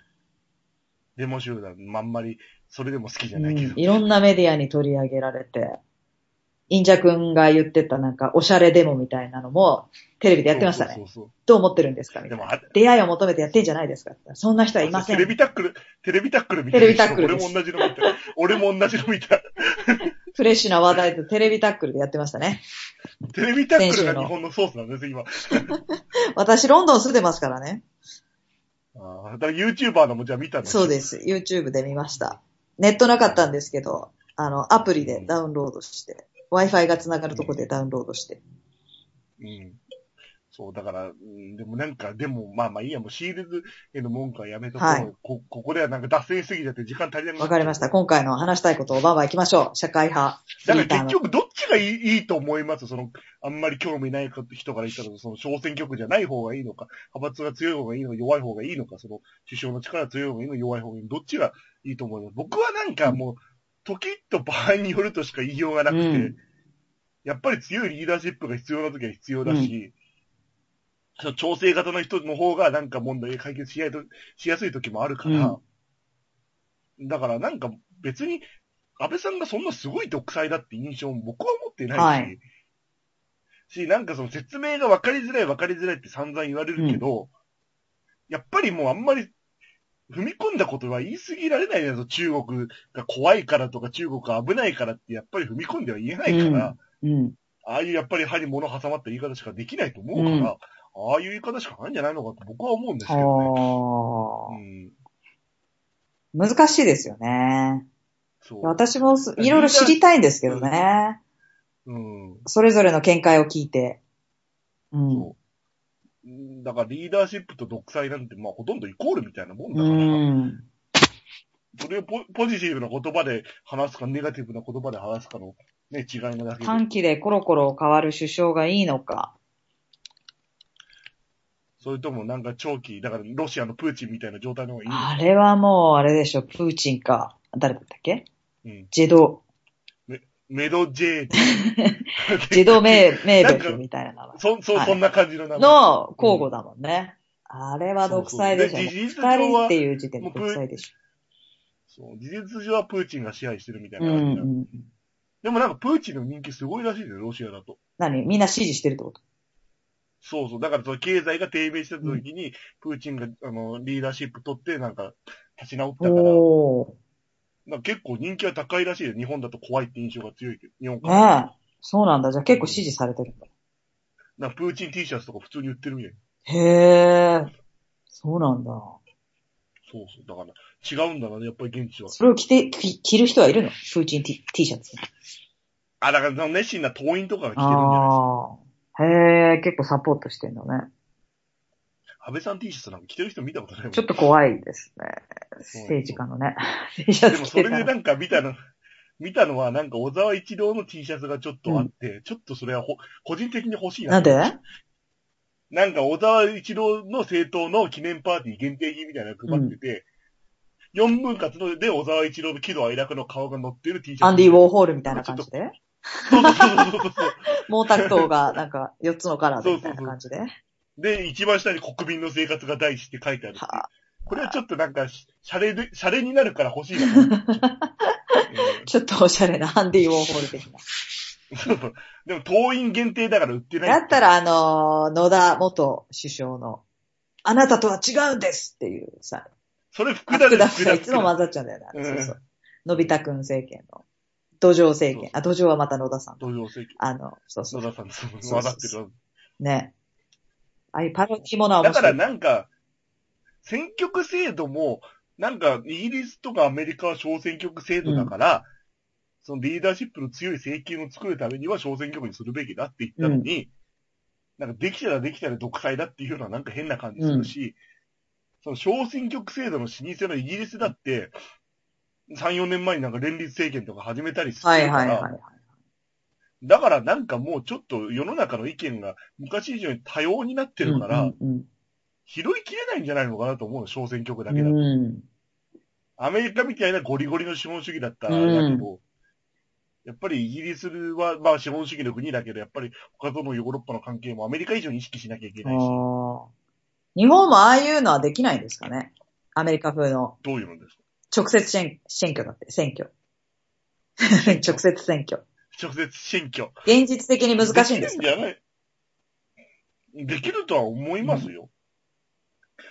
[SPEAKER 1] デモ集団、まんまり、それでも好きじゃ
[SPEAKER 2] う
[SPEAKER 1] ない
[SPEAKER 2] ん
[SPEAKER 1] けど。
[SPEAKER 2] いろんなメディアに取り上げられて。インジャ君が言ってたなんか、おしゃれデモみたいなのも、テレビでやってましたね。
[SPEAKER 1] そうそうそう
[SPEAKER 2] どう思ってるんですか
[SPEAKER 1] そう
[SPEAKER 2] み
[SPEAKER 1] で
[SPEAKER 2] た
[SPEAKER 1] も
[SPEAKER 2] いな。
[SPEAKER 1] あれ、
[SPEAKER 2] 出会いを求めてやってんじゃないですかってそんな人はいませ
[SPEAKER 1] テ
[SPEAKER 2] ん。
[SPEAKER 1] レビタックル、テレビタックルみたいな。
[SPEAKER 2] テレビタックルで
[SPEAKER 1] 俺
[SPEAKER 2] す
[SPEAKER 1] も同じの見た。俺も同じの見た。
[SPEAKER 2] フレッシュな話題とテレビタックルでやってましたね。
[SPEAKER 1] テレビタックルが日本のソースなんです、今。
[SPEAKER 2] 私、ロンドン住んでますからね。
[SPEAKER 1] ああ、だから YouTuber のもじゃあ見たの
[SPEAKER 2] そうです。YouTube で見ました。ネットなかったんですけど、あの、アプリでダウンロードして、Wi-Fi が繋がるとこでダウンロードして。
[SPEAKER 1] うん。そう、だから、うん、でもなんか、でも、まあまあいいや、もうシールズへの文句はやめとこう。
[SPEAKER 2] はい
[SPEAKER 1] こここではなんか脱線しすぎちゃって時間足りなくなっちゃう
[SPEAKER 2] わかりました。。今回の話したいことをバンバン行きましょう。社会派。
[SPEAKER 1] だか
[SPEAKER 2] リーダー
[SPEAKER 1] ら
[SPEAKER 2] の
[SPEAKER 1] 結局どっちがいいいいと思いますその、あんまり興味ない人から言ったら、その小選挙区じゃない方がいいのか、派閥が強い方がいいのか、弱い方がいいのか、その首相の力が強い方がいいのか、弱い方がいいのか、どっちがいいと思います僕はなんかもう、時と場合によるとしか言いようがなくて、
[SPEAKER 2] うん
[SPEAKER 1] やっぱり強いリーダーシップが必要な時は必要だし、その調整型の人の方がなんか問題解決しやいとしやすい時もあるから、だからなんか別に、安倍さんがそんなすごい独裁だって印象も僕は持ってないし、
[SPEAKER 2] はい
[SPEAKER 1] し、なんかその説明が分かりづらい分かりづらいって散々言われるけど、やっぱりもうあんまり踏み込んだことは言い過ぎられないなと、中国が怖いからとか中国が危ないからってやっぱり踏み込んでは言えないから、
[SPEAKER 2] うん。
[SPEAKER 1] ああいうやっぱり歯に物挟まった言い方しかできないと思うから、
[SPEAKER 2] うん
[SPEAKER 1] ああいう言い方しかないんじゃないのかと僕は思うんですけどね。
[SPEAKER 2] は
[SPEAKER 1] う
[SPEAKER 2] あ。
[SPEAKER 1] ん、
[SPEAKER 2] 難しいですよね。
[SPEAKER 1] そう。
[SPEAKER 2] 私もすいろいろ知りたいんですけどね。
[SPEAKER 1] うん。
[SPEAKER 2] それぞれの見解を聞いて。うん。
[SPEAKER 1] そううんだからリーダーシップと独裁なんて、まあほとんどイコールみたいなもんだ
[SPEAKER 2] う
[SPEAKER 1] から、
[SPEAKER 2] ん。
[SPEAKER 1] それをポポジティブな言葉で話すか、ネガティブな言葉で話すかの、ね、違いなだけで。
[SPEAKER 2] 短期でコロコロ変わる首相がいいのか。
[SPEAKER 1] それともなんか長期、だからロシアのプーチンみたいな状態の方がいいの
[SPEAKER 2] あれはもう、あれでしょ、プーチンか。誰だったっけ
[SPEAKER 1] うん。
[SPEAKER 2] ジェド、
[SPEAKER 1] メドジェー
[SPEAKER 2] ジェドメイ、メイ
[SPEAKER 1] な
[SPEAKER 2] ド
[SPEAKER 1] んか
[SPEAKER 2] フみたいな名
[SPEAKER 1] そ、そ、
[SPEAKER 2] はい
[SPEAKER 1] そんな感じの名
[SPEAKER 2] 前
[SPEAKER 1] 前。
[SPEAKER 2] の交互だもんね。あれは独裁でしょ。
[SPEAKER 1] そう
[SPEAKER 2] も
[SPEAKER 1] そううで
[SPEAKER 2] 二
[SPEAKER 1] 事実上
[SPEAKER 2] 人
[SPEAKER 1] は
[SPEAKER 2] っていう時点で独裁でし
[SPEAKER 1] そう事実上はプーチンが支配してるみたい
[SPEAKER 2] ょ。う
[SPEAKER 1] なん感じ
[SPEAKER 2] う
[SPEAKER 1] なの
[SPEAKER 2] ん。
[SPEAKER 1] でもなんかプーチンの人気すごいらしいですよ、ロシアだと。
[SPEAKER 2] 何みんな支持してるってこと
[SPEAKER 1] そうそう。だからその経済が低迷してた時に、プーチンが、あの、リーダーシップ取って、なんか、立ち直ったから、
[SPEAKER 2] おー。
[SPEAKER 1] なんか結構人気は高いらしいです。日本だと怖いって印象が強いけど、日本から。
[SPEAKER 2] ねえ。そうなんだ。じゃあ結構支持されてるんだ。
[SPEAKER 1] なんかプーチン T シャツとか普通に売ってるみたい。
[SPEAKER 2] へえ。そうなんだ。
[SPEAKER 1] そうそう。だから、違うんだな、やっぱり現地は。
[SPEAKER 2] それを着て、き着る人はいるのプーチン T, T シャツ。
[SPEAKER 1] あ、だから、その熱心な党員とかが来てるんじゃないですか。
[SPEAKER 2] ああ。へえ、結構サポートしてんだね。
[SPEAKER 1] 安倍さん T シャツなんか着てる人見たことないもん。
[SPEAKER 2] ちょっと怖いですね。
[SPEAKER 1] そう
[SPEAKER 2] 政治家のね。T シャ
[SPEAKER 1] で
[SPEAKER 2] ツ
[SPEAKER 1] も
[SPEAKER 2] 着
[SPEAKER 1] それ
[SPEAKER 2] てた
[SPEAKER 1] で
[SPEAKER 2] ら。
[SPEAKER 1] なんか見たの、見たのはなんか小沢一郎の T シャツがちょっとあって、ちょっとそれはほ個人的に欲しいな。
[SPEAKER 2] なんで
[SPEAKER 1] なんか小沢一郎の政党の記念パーティー限定品みたいなの配ってて、四4分割ので小沢一郎の喜怒哀楽の顔が載ってる T シャツ。
[SPEAKER 2] アンディ・ウ
[SPEAKER 1] ォ
[SPEAKER 2] ォーホールみたいな感じで
[SPEAKER 1] そうそうそうそうそう。
[SPEAKER 2] 毛沢東がなんか4つのカラーでみたいな感じで。
[SPEAKER 1] で、一番下に国民の生活が第一って書い てある。
[SPEAKER 2] はあ
[SPEAKER 1] これはちょっとなんか、シャレで、シャレになるから欲しいなと思って。うん
[SPEAKER 2] ちょっとおしゃれなアンディ・ウォーホール的な。
[SPEAKER 1] そうでも、党員限定だから売ってない。
[SPEAKER 2] だったら、、あのー野田元首相の、あなたとは違うんですっていうさ、
[SPEAKER 1] それ福
[SPEAKER 2] 福
[SPEAKER 1] 田で
[SPEAKER 2] 田夫
[SPEAKER 1] す、福
[SPEAKER 2] 妻
[SPEAKER 1] 田
[SPEAKER 2] いつも混ざっちゃうんだよ
[SPEAKER 1] う
[SPEAKER 2] ね。
[SPEAKER 1] ん
[SPEAKER 2] そうそう。のび太くん政権の、土壌政権。あ、土壌はまた野田さん。
[SPEAKER 1] 土壌政
[SPEAKER 2] あの、そうそ
[SPEAKER 1] 権。野
[SPEAKER 2] う。
[SPEAKER 1] 田さんです。
[SPEAKER 2] うそう
[SPEAKER 1] 混ざってる。
[SPEAKER 2] ね。ああいうパロディものは
[SPEAKER 1] だ
[SPEAKER 2] 面
[SPEAKER 1] か
[SPEAKER 2] 白
[SPEAKER 1] ら
[SPEAKER 2] い。
[SPEAKER 1] なんか、選挙区制度も、なんか、イギリスとかアメリカは小選挙区制度だから、そのリーダーシップの強い政権を作るためには小選挙区にするべきだって言ったのに、なんかできたらできたら独裁だっていうのはなんか変な感じするし、その小選挙区制度の老舗のイギリスだって、3、4年前になんか連立政権とか始めたりしてるか
[SPEAKER 2] は
[SPEAKER 1] ら、
[SPEAKER 2] いはいはい。
[SPEAKER 1] だからなんかもうちょっと世の中の意見が昔以上に多様になってるから、
[SPEAKER 2] うんうん
[SPEAKER 1] 拾いきれないんじゃないのかなと思うの、小選挙区だ
[SPEAKER 2] うん
[SPEAKER 1] けだと。
[SPEAKER 2] うん
[SPEAKER 1] アメリカみたいなゴリゴリの資本主義だったらあ
[SPEAKER 2] うん
[SPEAKER 1] れだけど、やっぱりイギリスは、まあ資本主義の国だけど、やっぱり他とのヨーロッパの関係もアメリカ以上に意識しなきゃいけ
[SPEAKER 2] あ
[SPEAKER 1] ないし、
[SPEAKER 2] ー日本もああいうのはできないんですかねアメリカ風の
[SPEAKER 1] どういうのです
[SPEAKER 2] 直接選選挙だって、選挙。直接選挙。
[SPEAKER 1] 直接新居。
[SPEAKER 2] 現実的に難しいんです
[SPEAKER 1] できるんじゃないできるとは思いますよ。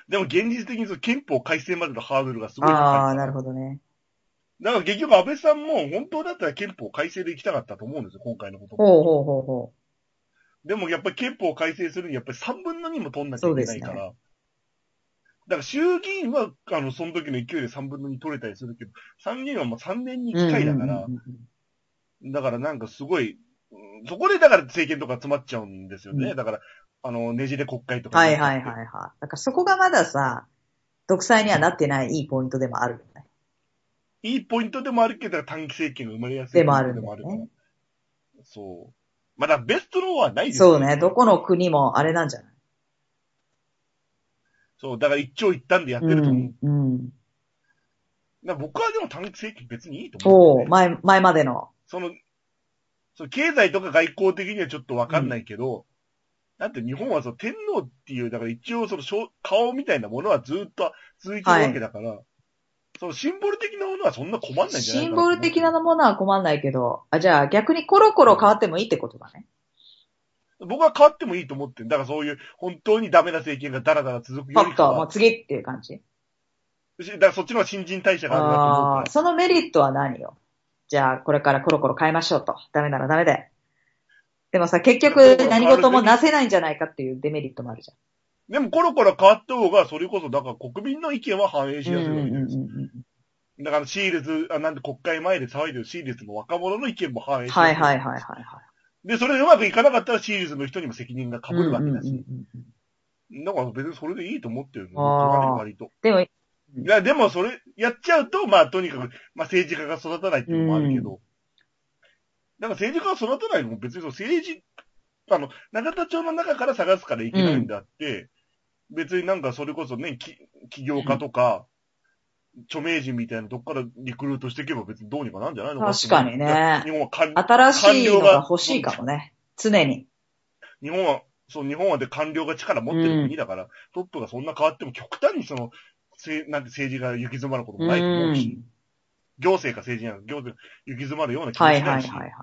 [SPEAKER 1] でも現実的にその憲法改正までのハードルがすごい高い。
[SPEAKER 2] ああ、なるほどね。
[SPEAKER 1] だから結局安倍さんも本当だったら憲法改正で行きたかったと思うんですよ、今回のことも。
[SPEAKER 2] ほうほうほうほ
[SPEAKER 1] でもやっぱり憲法改正するにやっぱり3分の2も取んなきゃいけないか
[SPEAKER 2] そうで
[SPEAKER 1] ら。だから衆議院は、あの、その時の勢いで3分の2取れたりするけど、参議院はもう3年
[SPEAKER 2] う。
[SPEAKER 1] に1回だから、
[SPEAKER 2] うんうんうん
[SPEAKER 1] だからなんかすごい、うんそこでだから政権とか詰まっちゃうんですよね。
[SPEAKER 2] うん
[SPEAKER 1] だから、あの、ねじれ国会と
[SPEAKER 2] うん。
[SPEAKER 1] か。
[SPEAKER 2] はいはいはいはい。だからそこがまださ、独裁にはなってないいいポイントでもあるよね。
[SPEAKER 1] いいポイントでもあるけど、短期政権が生まれやすい。
[SPEAKER 2] でもあるんだ
[SPEAKER 1] で
[SPEAKER 2] よね
[SPEAKER 1] もあるから。そう。まだベストの方はないですよ
[SPEAKER 2] そうね、どこの国もあれなんじゃない
[SPEAKER 1] そう、だから一長一短でやってると思う。
[SPEAKER 2] うん。うん。
[SPEAKER 1] だから僕はでも短期政権別にいいと思う、
[SPEAKER 2] そう、前、前までの。
[SPEAKER 1] その、その経済とか外交的にはちょっとわかんないけど、だって日本はその天皇っていう、だから一応その小顔みたいなものはずっと続いてるわけだから、そのシンボル的なものはそんな困んないんじゃない
[SPEAKER 2] シ
[SPEAKER 1] かな
[SPEAKER 2] ンボル的なものは困んないけど、あ、じゃあ逆にコロコロ変わってもいいってことだね。
[SPEAKER 1] 僕は変わってもいいと思ってる。だからそういう本当にダメな政権がダラダラ続く
[SPEAKER 2] パ
[SPEAKER 1] より
[SPEAKER 2] ッ
[SPEAKER 1] か
[SPEAKER 2] と、もう
[SPEAKER 1] は、
[SPEAKER 2] 次っていう感じ。
[SPEAKER 1] だからそっちの方が新人代謝があるなと思う
[SPEAKER 2] あ
[SPEAKER 1] か
[SPEAKER 2] あー、そのメリットは何よ。じゃあこれからコロコロ変えましょうと。ダメならダメで。でもさ、結局何事もなせないんじゃないかっていうデメリットもあるじゃん。
[SPEAKER 1] ら。でもコロコロ変わった方が、それこそ、だから国民の意見は反映しやすいわけじゃないですかだからシールズ、あ、なんで国会前で騒いでるシールズの若者の意見も反映してる
[SPEAKER 2] はいはいはいはいはい。
[SPEAKER 1] で、それでうまくいかなかったらシールズの人にも責任が被るわけだ
[SPEAKER 2] うんう
[SPEAKER 1] し。
[SPEAKER 2] んうんうん
[SPEAKER 1] だから別にそれでいいと思ってるの。
[SPEAKER 2] あー
[SPEAKER 1] 割と。
[SPEAKER 2] でも、
[SPEAKER 1] いや、でもそれ、やっちゃうと、まあとにかく、まあ政治家が育たないっていうのもあるけど。だから政治家が育たないのも別にその政治、あの、永田町の中から探すからいけないんだって、別になんかそれこそね、き起業家とか、著名人みたいなとこからリクルートしていけば別にどうにかなんじゃないの
[SPEAKER 2] 確かにね
[SPEAKER 1] 日本は官
[SPEAKER 2] 新しいのが欲しいかもね。常に。
[SPEAKER 1] 日本は、そう、日本はで官僚が力持ってる国だから、トップがそんな変わっても極端にその、せなんて政治が行き詰まることもないと思うし、行政か政治なんか行政が行き詰まるような気も
[SPEAKER 2] は
[SPEAKER 1] し
[SPEAKER 2] いは
[SPEAKER 1] ないいし、
[SPEAKER 2] はいはい。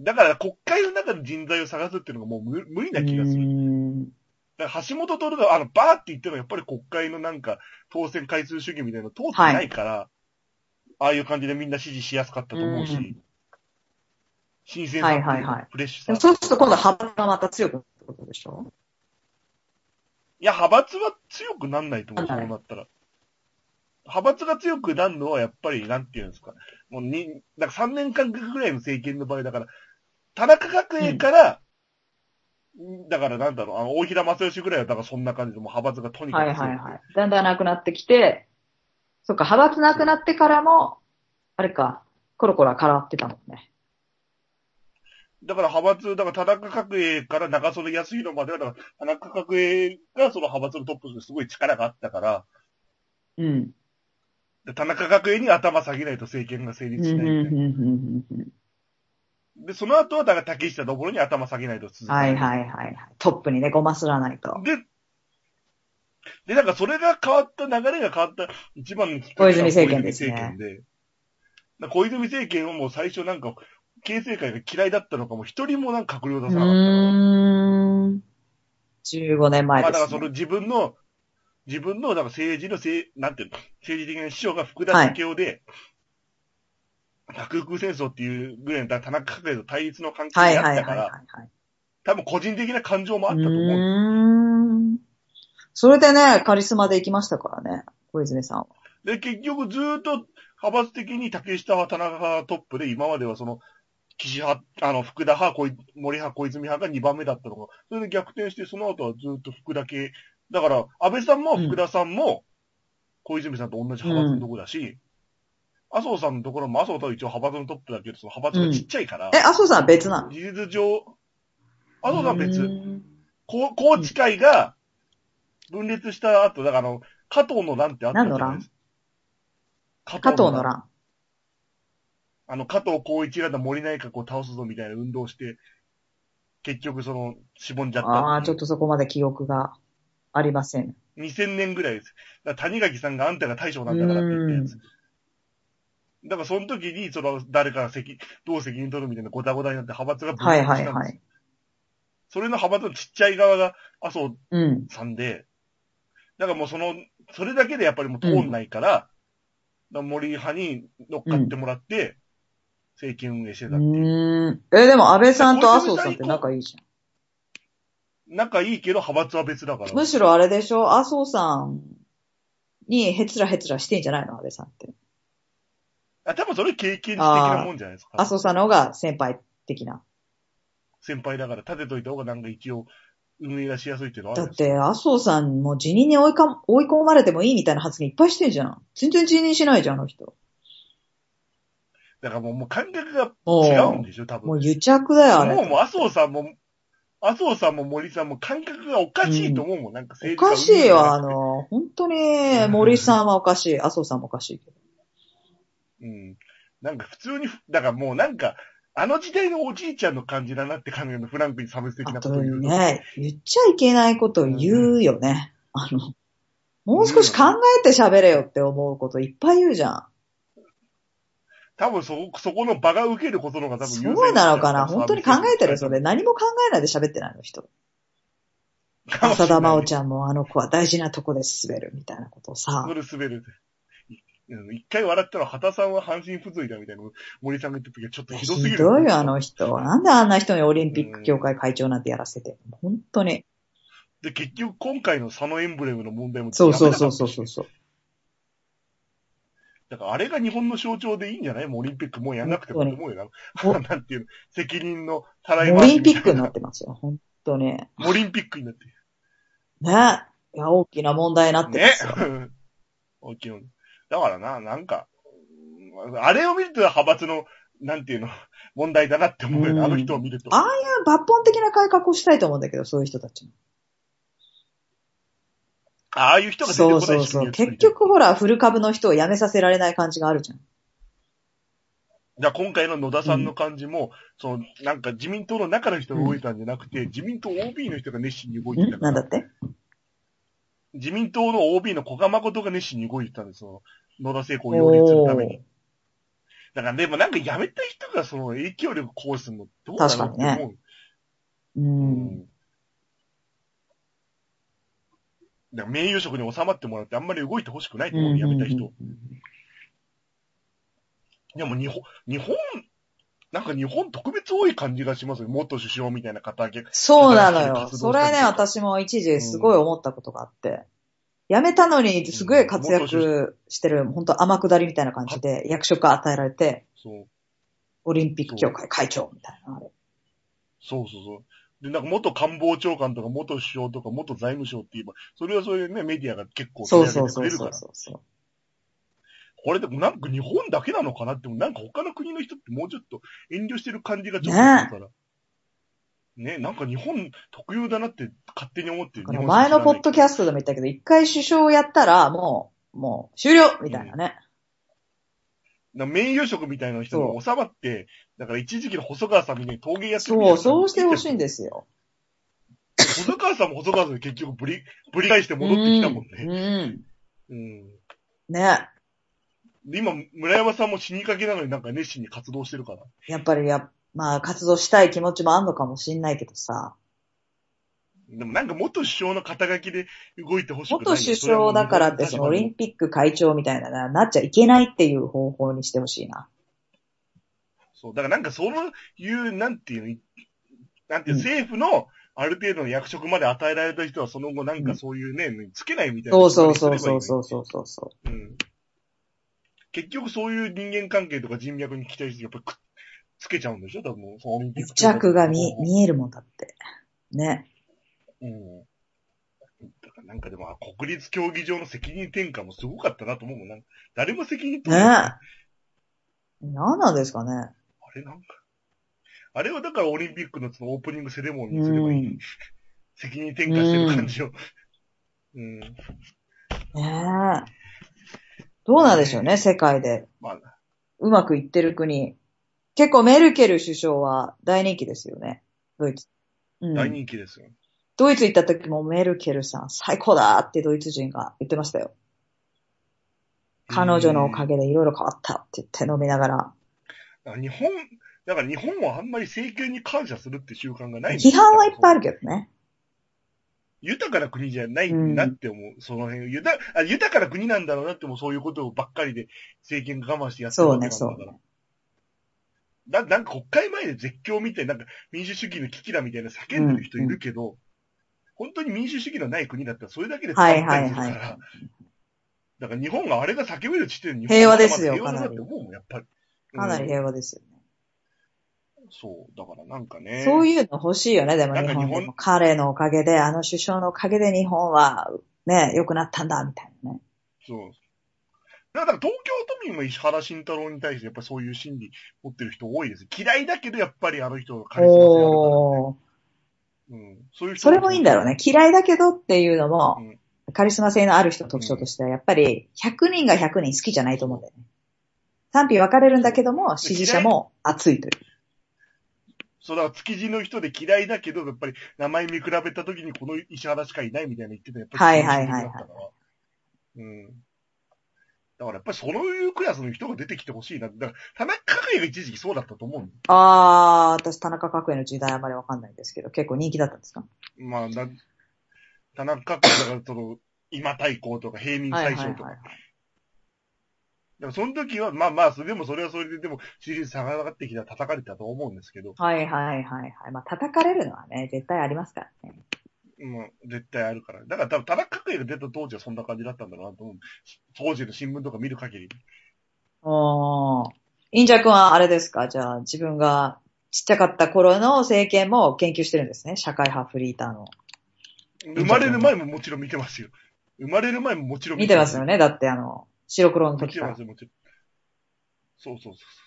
[SPEAKER 1] だから国会の中で人材を探すっていうのがもう無無理な気がする。
[SPEAKER 2] うん
[SPEAKER 1] だから橋本徹が、あの、バーって言ってるのはやっぱり国会のなんか、当選回数主義みたいなの通ってないから、ああいう感じでみんな支持しやすかったと思うし、
[SPEAKER 2] うん
[SPEAKER 1] 新鮮さっていうか
[SPEAKER 2] はいはいはい
[SPEAKER 1] フレッシュ
[SPEAKER 2] で
[SPEAKER 1] さ
[SPEAKER 2] も。そうすると今度幅がまた強くなるってことでしょ
[SPEAKER 1] いや、派閥は強くなんないと思う、
[SPEAKER 2] な
[SPEAKER 1] そ
[SPEAKER 2] ん
[SPEAKER 1] う
[SPEAKER 2] ない
[SPEAKER 1] なったら。派閥が強くなるのは、やっぱり、なんていうんですか。もうに、だから3年間ぐらいの政権の場合、だから、田中角栄から、だからなんだろう、あの、大平正義ぐらいは、だからそんな感じで、もう派閥がとにか
[SPEAKER 2] は
[SPEAKER 1] く
[SPEAKER 2] い
[SPEAKER 1] 強く。
[SPEAKER 2] はいはい。だんだんなくなってきて、そっか、派閥なくなってからも、あれか、コロコロは変わってたもんね。
[SPEAKER 1] だから派閥、だから田中角栄から中曽根康弘までは、だから田中角栄がその派閥のトップですごい力があったから、
[SPEAKER 2] うん。
[SPEAKER 1] で田中角栄に頭下げないと政権が成
[SPEAKER 2] う
[SPEAKER 1] 立
[SPEAKER 2] ん
[SPEAKER 1] し
[SPEAKER 2] うん
[SPEAKER 1] ないみたいな。
[SPEAKER 2] うんうんうん
[SPEAKER 1] で、その後は、だから竹下登に頭下げないと続か
[SPEAKER 2] は
[SPEAKER 1] ないい。
[SPEAKER 2] はいはいはい。トップにね、ごますらないと。
[SPEAKER 1] で、で、なんかそれが変わった、流れが変わった一番のきっ
[SPEAKER 2] 小泉政権ですね
[SPEAKER 1] 小泉政権で。だから小泉政権はもう最初なんか、経政界が嫌いだったのかも、一人もなんか閣僚出
[SPEAKER 2] う
[SPEAKER 1] さなかったから。
[SPEAKER 2] ーん。15年前
[SPEAKER 1] まあ
[SPEAKER 2] で
[SPEAKER 1] だから
[SPEAKER 2] す、
[SPEAKER 1] その
[SPEAKER 2] ね。
[SPEAKER 1] 自分の、自分の、だから政治のせい、なんていうの、政治的な師匠が福田赳夫で、核空戦争っていうぐらいの、だから田中角栄と対立の関
[SPEAKER 2] は
[SPEAKER 1] 係
[SPEAKER 2] い
[SPEAKER 1] があ
[SPEAKER 2] は
[SPEAKER 1] っ
[SPEAKER 2] いは
[SPEAKER 1] た
[SPEAKER 2] いは
[SPEAKER 1] か
[SPEAKER 2] い、
[SPEAKER 1] ら、
[SPEAKER 2] はい。
[SPEAKER 1] 多分個人的な感情もあったと思うんですよ
[SPEAKER 2] うーん。それでね、カリスマで行きましたからね、小泉さんは。
[SPEAKER 1] で、結局ずーっと派閥的に竹下派、田中派がトップで、今まではその、岸派、あの、福田派、小い森派、小泉派が2番目だったのが、それで逆転して、その後はずーっと福田系。だから、安倍さんも
[SPEAKER 2] うん
[SPEAKER 1] 福田さんも、小泉さんと同じ派閥のとこだし、麻生さんのところも麻生とは一応派閥のトップだけど、その派閥がちっちゃいから
[SPEAKER 2] え、、麻生さんは別なの
[SPEAKER 1] 事実上、麻生さんは別。
[SPEAKER 2] うーん
[SPEAKER 1] こう、高知会が分裂した後、だからあの、加藤の乱ってあったじゃないですか。
[SPEAKER 2] 加藤の。乱。
[SPEAKER 1] あの、加藤光一が森内閣を倒すぞみたいな運動をして、結局その、しぼんじゃったっていう。
[SPEAKER 2] ああ、ちょっとそこまで記憶がありません。
[SPEAKER 1] 2000年ぐらいです。だから谷垣さんがあんたが大将なんだからって言ったやつ。だからその時に、その、誰から責、どう責任取るみたいなごたごたになって派閥が
[SPEAKER 2] はい
[SPEAKER 1] 裂したん
[SPEAKER 2] は
[SPEAKER 1] で
[SPEAKER 2] い
[SPEAKER 1] すよ
[SPEAKER 2] はい。
[SPEAKER 1] それの派閥のちっちゃい側が麻生
[SPEAKER 2] うん。
[SPEAKER 1] さんで、だからもうその、それだけでやっぱりもう通んないから、だから森派に乗っかってもらって、政権運営して
[SPEAKER 2] う
[SPEAKER 1] たっていう。
[SPEAKER 2] ーん。え、でも安倍さんと麻生さんって仲いいじ
[SPEAKER 1] 仲いいけど派閥は別だか
[SPEAKER 2] ゃ
[SPEAKER 1] ら。
[SPEAKER 2] ん。むしろあれでしょ麻生さんにヘツラヘツラしてんじゃないの安倍さんって。
[SPEAKER 1] あ多分それ経験値的なもんじゃないですか。
[SPEAKER 2] 麻生さんの方が先輩的な。
[SPEAKER 1] 先輩だから立てといた方がなんか一応運営がしやすいっていうのはあ
[SPEAKER 2] だ
[SPEAKER 1] るん
[SPEAKER 2] っ
[SPEAKER 1] ですよ
[SPEAKER 2] て麻生さんも辞任に追いか追い込まれてもいいみたいな発言いっぱいしてんじゃん。全然辞任しないじゃん、あの人。
[SPEAKER 1] だからもうもう感覚が
[SPEAKER 2] も
[SPEAKER 1] 違うん
[SPEAKER 2] う、
[SPEAKER 1] でしょ、多分。
[SPEAKER 2] もう癒着だよ、あ
[SPEAKER 1] もう、もう
[SPEAKER 2] れ。
[SPEAKER 1] 麻生さんも、麻生さんも森さんも感覚がおかしいと思うもん、なんか
[SPEAKER 2] お
[SPEAKER 1] 政治家
[SPEAKER 2] かしいよ、
[SPEAKER 1] う
[SPEAKER 2] あ
[SPEAKER 1] ん
[SPEAKER 2] の、本当に、森さんはおかしい、麻生さんもおかしいけど。
[SPEAKER 1] うん。なんか普通に、だからもうなんか、あの時代のおじいちゃんの感じだなって感じのフランクに差別的
[SPEAKER 2] あ
[SPEAKER 1] なこととを言う。
[SPEAKER 2] ね、言っちゃいけないことを言うよね。あの、もう少し考えて喋れよって思うこといっぱい言うじゃん。
[SPEAKER 1] 多分そ、そこの場が受けることの方が多分優先
[SPEAKER 2] そうなのかな
[SPEAKER 1] 多分
[SPEAKER 2] 本当に考えてる
[SPEAKER 1] 差
[SPEAKER 2] そ
[SPEAKER 1] 別
[SPEAKER 2] れ。何も考えないで喋ってないの人。
[SPEAKER 1] 的な
[SPEAKER 2] 浅田真央ち
[SPEAKER 1] ゃん。
[SPEAKER 2] ゃんもあの子は大事なとこで滑るみたいなことをさ
[SPEAKER 1] そ。れ滑る。うん一回笑ったら、畑さんは半身不随だみたいなの森さんが言った時はちょっとひどすぎる。
[SPEAKER 2] ひどいよ、あの人。なんであんな人にオリンピック協会会長なんてやらせて。本当に。
[SPEAKER 1] で、結局今回の佐野エンブレムの問題も
[SPEAKER 2] そうそうそうそうそう。そう
[SPEAKER 1] だからあれが日本の象徴でいいんじゃないもうオリンピックもうやんなくてもと思うよ
[SPEAKER 2] お
[SPEAKER 1] な。なんていうの責任のたらい
[SPEAKER 2] オ
[SPEAKER 1] 回
[SPEAKER 2] リ
[SPEAKER 1] し
[SPEAKER 2] ン
[SPEAKER 1] み
[SPEAKER 2] ピ
[SPEAKER 1] た
[SPEAKER 2] ッ
[SPEAKER 1] い
[SPEAKER 2] クに
[SPEAKER 1] な
[SPEAKER 2] なってますよ、本当に。ね。
[SPEAKER 1] オリンピックになってる。
[SPEAKER 2] いや、大きな問題になってま
[SPEAKER 1] ね
[SPEAKER 2] すよ。。
[SPEAKER 1] 大きいのだからな、なんか、うんあれを見ると派閥の、なんていうの、問題だなって思うよ
[SPEAKER 2] うん
[SPEAKER 1] ね。あの人を見ると。
[SPEAKER 2] あ抜本的な改革をしたいと思うんだけど、そういう人たちも。
[SPEAKER 1] ああいう人が出てこ
[SPEAKER 2] そ
[SPEAKER 1] ないう
[SPEAKER 2] そう
[SPEAKER 1] 仕組
[SPEAKER 2] そ
[SPEAKER 1] み
[SPEAKER 2] う。
[SPEAKER 1] を作りた
[SPEAKER 2] 結
[SPEAKER 1] い
[SPEAKER 2] 局ほら、古株の人を辞めさせられない感じがあるじゃん。
[SPEAKER 1] じゃあ今回の野田さんの感じも、その、なんか自民党の中の人が動いたんじゃなくて、自民党 OB の人が熱心に動いてた
[SPEAKER 2] ん
[SPEAKER 1] か
[SPEAKER 2] なんだ
[SPEAKER 1] ら、
[SPEAKER 2] って
[SPEAKER 1] 自民党の OB の小賀誠が熱心に動いてたんですよ。野田聖子を擁立する
[SPEAKER 2] お
[SPEAKER 1] ために
[SPEAKER 2] ー。
[SPEAKER 1] だからでもなんか辞めた人がその影響力行使するのどうなの
[SPEAKER 2] 確かにね
[SPEAKER 1] って思う
[SPEAKER 2] う。
[SPEAKER 1] うんんだから名誉職に収まってもらってあんまり動いてほしくないと思う、辞めた人。でも日本、日本、なんか日本特別多い感じがしますよ。元首相みたいな方だけ。
[SPEAKER 2] そうなの
[SPEAKER 1] 働
[SPEAKER 2] よ。
[SPEAKER 1] きに活動し
[SPEAKER 2] そ
[SPEAKER 1] たり
[SPEAKER 2] れ
[SPEAKER 1] とか
[SPEAKER 2] ね、私も一時すごい思ったことがあって。辞めたのに、すごい活躍してる、本当天下りみたいな感じで、役職与えられて、
[SPEAKER 1] そう。
[SPEAKER 2] オリンピック協会会長みたいな。あれ
[SPEAKER 1] そうそうそう。で、なんか元官房長官とか元首相とか元財務省って言えば、それはそういうね、メディアが結構
[SPEAKER 2] そう
[SPEAKER 1] 取り
[SPEAKER 2] そ
[SPEAKER 1] 上
[SPEAKER 2] う
[SPEAKER 1] げてく
[SPEAKER 2] そう
[SPEAKER 1] れるか
[SPEAKER 2] そう
[SPEAKER 1] ら。
[SPEAKER 2] そうそう。
[SPEAKER 1] これでもなんか日本だけなのかなって、なんか他の国の人ってもうちょっと遠慮してる感じがちょっとするから。ねなんか日本特有だなって勝手に思ってる。
[SPEAKER 2] だから前のポッドキ
[SPEAKER 1] ャ
[SPEAKER 2] ャストでも言ったけど、一回首相やったら、もう、もう終了みたいなね。
[SPEAKER 1] 名誉職みたいな人が収まって、だから一時期の細川さんみたいに陶芸やってるみたい
[SPEAKER 2] そ
[SPEAKER 1] な
[SPEAKER 2] う、そうしてほしいんですよ。
[SPEAKER 1] 細川さんも細川さんで結局ぶり、ぶり返して戻ってきたもん
[SPEAKER 2] うん
[SPEAKER 1] ね。うん。
[SPEAKER 2] うん。ね。
[SPEAKER 1] で、今、村山さんも死にかけなのになんか熱心に活動してるから。
[SPEAKER 2] やっぱりや、まあ、活動したい気持ちもあんのかもしんないけどさ。
[SPEAKER 1] でもなんか元首相の肩書きで動いてほしくないよ。
[SPEAKER 2] 元首相だからって、そのオリンピック会長みたいなな、なっちゃいけないっていう方法にしてほしいな。
[SPEAKER 1] そう、だからなんかそういう、なんていうのい、なんていう、
[SPEAKER 2] うん
[SPEAKER 1] 政府のある程度の役職まで与えられた人はその後なん
[SPEAKER 2] う
[SPEAKER 1] か
[SPEAKER 2] ん
[SPEAKER 1] そういうね、つけないみたいな。
[SPEAKER 2] そうそうそうそうそうそうそうそう。
[SPEAKER 1] うん。結局そういう人間関係とか人脈に期待して、やっぱくっつけちゃうんでしょ多分、そのオリンピック。
[SPEAKER 2] 弱が見、見えるもんだって。ね。
[SPEAKER 1] うん。だからなんかでも、あ国立競技場の責任転嫁もすごかったなと思うもん。なんか誰も責任
[SPEAKER 2] ね
[SPEAKER 1] 取らない。
[SPEAKER 2] 何なんですかね。
[SPEAKER 1] あれなんか、あれはだからオリンピックのそのオープニングセレモニーにすれば
[SPEAKER 2] う
[SPEAKER 1] いい。
[SPEAKER 2] ん。
[SPEAKER 1] 責任転嫁してる感じを。うん。
[SPEAKER 2] ねえ。どうなんでしょうね、世界で。
[SPEAKER 1] まあ、
[SPEAKER 2] うまくいってる国。結構メルケル首相は大人気ですよね。ドイツ。うん。
[SPEAKER 1] 大人気ですよ。
[SPEAKER 2] ドイツ行った時もメルケルさん最高だってドイツ人が言ってましたよ。彼女のおかげでいろいろ変わったって言って飲みながら。
[SPEAKER 1] だから日本、だから日本はあんまり政権に感謝するって習慣がないんです
[SPEAKER 2] 批
[SPEAKER 1] よ
[SPEAKER 2] 判はいっぱいあるけどね。
[SPEAKER 1] 豊かな国じゃないなって思う。その辺豊あ。豊かな国なんだろうなってもうそういうことばっかりで政権が我慢してやってる
[SPEAKER 2] そう
[SPEAKER 1] わけな
[SPEAKER 2] ね、
[SPEAKER 1] んだ
[SPEAKER 2] そ
[SPEAKER 1] か
[SPEAKER 2] う
[SPEAKER 1] ら。
[SPEAKER 2] ね。
[SPEAKER 1] ななんか国会前で絶叫みたいな、なんか民主主義の危機だみたいな叫んでる人いるけど、本当に民主主義のない国だったらそれだけで伝わったりするから、
[SPEAKER 2] はいはいは
[SPEAKER 1] だから日本があれが叫べる地点に
[SPEAKER 2] 平和ですよ
[SPEAKER 1] 平和だな
[SPEAKER 2] か
[SPEAKER 1] って
[SPEAKER 2] なり
[SPEAKER 1] 思うもん、やっぱり。
[SPEAKER 2] かなり
[SPEAKER 1] うん
[SPEAKER 2] 平和ですよね。
[SPEAKER 1] そう、だからなんかね。
[SPEAKER 2] そういうの欲しいよね、でも
[SPEAKER 1] なん
[SPEAKER 2] 日
[SPEAKER 1] か
[SPEAKER 2] 本
[SPEAKER 1] 日
[SPEAKER 2] で
[SPEAKER 1] 本
[SPEAKER 2] も。彼のおかげで、あの首相のおかげで日本は、ね、良くなったんだ、みたいなね。
[SPEAKER 1] そう。だから東京都民も石原慎太郎に対してやっぱりそういう心理持ってる人多いです。嫌いだけどやっぱりあの人のカリスマ性あるから
[SPEAKER 2] おー。
[SPEAKER 1] うん、そういう人
[SPEAKER 2] それもいいんだろうね。。嫌いだけどっていうのも、
[SPEAKER 1] うん
[SPEAKER 2] カリスマ性のある人の特徴としては、やっぱり100人が100人好きじゃないと思うんだよね。賛否分かれるんだけども、支持者も熱いという。
[SPEAKER 1] そうだから築地の人で嫌いだけど、やっぱり名前見比べた時にこの石原しかいないみたいな言ってたやっぱり
[SPEAKER 2] はいはいはいは
[SPEAKER 1] 衝撃的
[SPEAKER 2] い
[SPEAKER 1] だったからうん。だからやっぱりそういうクラスの人が出てきてほしいな。だから田中角栄が一時期そうだったと思うの
[SPEAKER 2] あー、私田中角栄の時代あまり分かんないんですけど、結構人気だったんですか
[SPEAKER 1] まあ、な田中角栄だからその、今対抗とか平民
[SPEAKER 2] はい
[SPEAKER 1] 対
[SPEAKER 2] は
[SPEAKER 1] 象
[SPEAKER 2] い
[SPEAKER 1] と
[SPEAKER 2] は
[SPEAKER 1] か
[SPEAKER 2] い。はい。
[SPEAKER 1] でもその時は、まあまあ、でもそれはそれで、でも、シリーズ下がってきたら叩かれたと思うんですけど、
[SPEAKER 2] はいはいはいはい。まあ、叩かれるのはね、絶対ありますからね。
[SPEAKER 1] うん、絶対あるから。だから多分、田中角栄が出た当時はそんな感じだったんだろうなと思う。当時の新聞とか見る限り。
[SPEAKER 2] おー。インジャ君はあれですかじゃあ、自分がちっちゃかった頃の政権も研究してるんですね。社会派フリーターの。
[SPEAKER 1] 生まれる前ももちろん見てますよ。生まれる前ももちろ ん
[SPEAKER 2] 見てます
[SPEAKER 1] よ
[SPEAKER 2] よね。だってあの、白黒の
[SPEAKER 1] も
[SPEAKER 2] 時
[SPEAKER 1] ち
[SPEAKER 2] か
[SPEAKER 1] ろん
[SPEAKER 2] ら
[SPEAKER 1] です。よ、もちろん。そうそうそうそ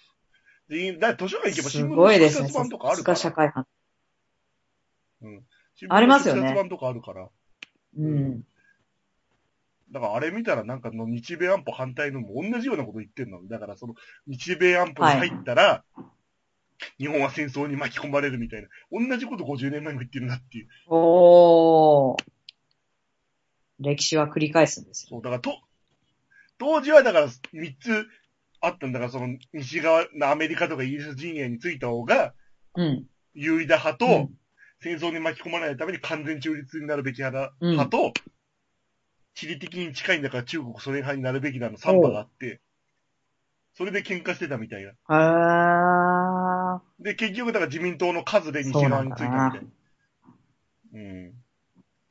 [SPEAKER 1] う。で、だから図書館行けば
[SPEAKER 2] す
[SPEAKER 1] 新聞
[SPEAKER 2] ご
[SPEAKER 1] の
[SPEAKER 2] い
[SPEAKER 1] 特
[SPEAKER 2] ですね。
[SPEAKER 1] 設版とかある
[SPEAKER 2] さす
[SPEAKER 1] か
[SPEAKER 2] が
[SPEAKER 1] ら。
[SPEAKER 2] 社会派。
[SPEAKER 1] 新聞の
[SPEAKER 2] ありますよね
[SPEAKER 1] 特設版とかあるから。
[SPEAKER 2] うん。
[SPEAKER 1] だからあれ見たらなんかの日米安保反対のも同じようなこと言ってんの。だからその日米安保に入ったら、日本は戦争に巻き込まれるみたいな。同じこと50年前も言ってるなっていう。
[SPEAKER 2] おー。歴史は繰り返すんです
[SPEAKER 1] そ
[SPEAKER 2] よ。
[SPEAKER 1] う、だからと、当時はだから3つあったんだから、その西側のアメリカとかイギリス陣営についた方が、
[SPEAKER 2] うん。
[SPEAKER 1] 有利だ派と、
[SPEAKER 2] うん
[SPEAKER 1] 戦争に巻き込まれないために完全中立になるべき派だ、
[SPEAKER 2] うん
[SPEAKER 1] 派と、地理的に近いんだから中国ソ連派になるべきだの3派があって、それで喧嘩してたみたいな。
[SPEAKER 2] あ
[SPEAKER 1] で、結局だから自民党の数で西側についたみたいな。うん。
[SPEAKER 2] ー。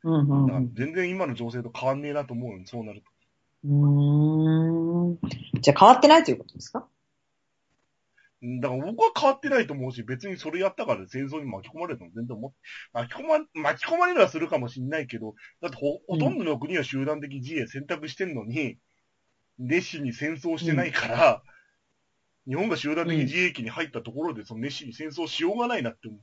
[SPEAKER 2] うん
[SPEAKER 1] だから全然今の情勢と変わんねえなと思うのそうなると。
[SPEAKER 2] うん。うーん。じゃあ変わってないということですか
[SPEAKER 1] うんだから僕は変わってないと思うし、別にそれやったから戦争に巻き込まれるの全然思っ巻き込ま、巻き込まれるはするかもしんないけど、だってほ、ほとんどの国は集団的自衛選択してんのに、熱心に戦争してないから、日本が集団的自衛期に入ったところで、その熱心に戦争しようがないなって思う。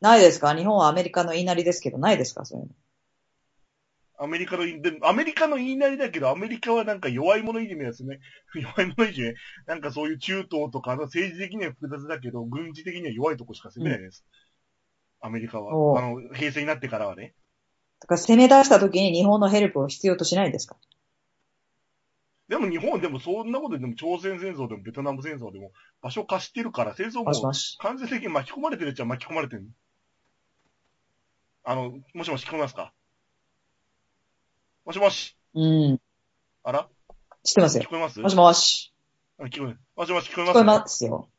[SPEAKER 2] ないですか日本はアメリカの言いなりですけど、ないですかそういうの。
[SPEAKER 1] アメリカの言い、でアメリカの言いなりだけど、アメリカはなんか弱い者いじめですね。 弱い者いじめ。なんかそういう中東とかの政治的には複雑だけど、軍事的には弱いとこしか攻めないです。アメリカ
[SPEAKER 2] おう
[SPEAKER 1] は。あの、平成になってからはね。
[SPEAKER 2] だから攻め出した時に日本のヘルプを必要としないんですか
[SPEAKER 1] でも日本でもそんなことでも朝鮮戦争でもベトナム戦争でも場所貸してるから、戦争も
[SPEAKER 2] もしもし。
[SPEAKER 1] 完全的に巻き込まれてるっちゃ巻き込まれてる。あの、もしもし聞こえますかもしもし
[SPEAKER 2] うん。
[SPEAKER 1] あら
[SPEAKER 2] 知ってますよ
[SPEAKER 1] 聞。こえます
[SPEAKER 2] もしもし。
[SPEAKER 1] あ聞こえもしもし聞こえます
[SPEAKER 2] 聞こえますよ。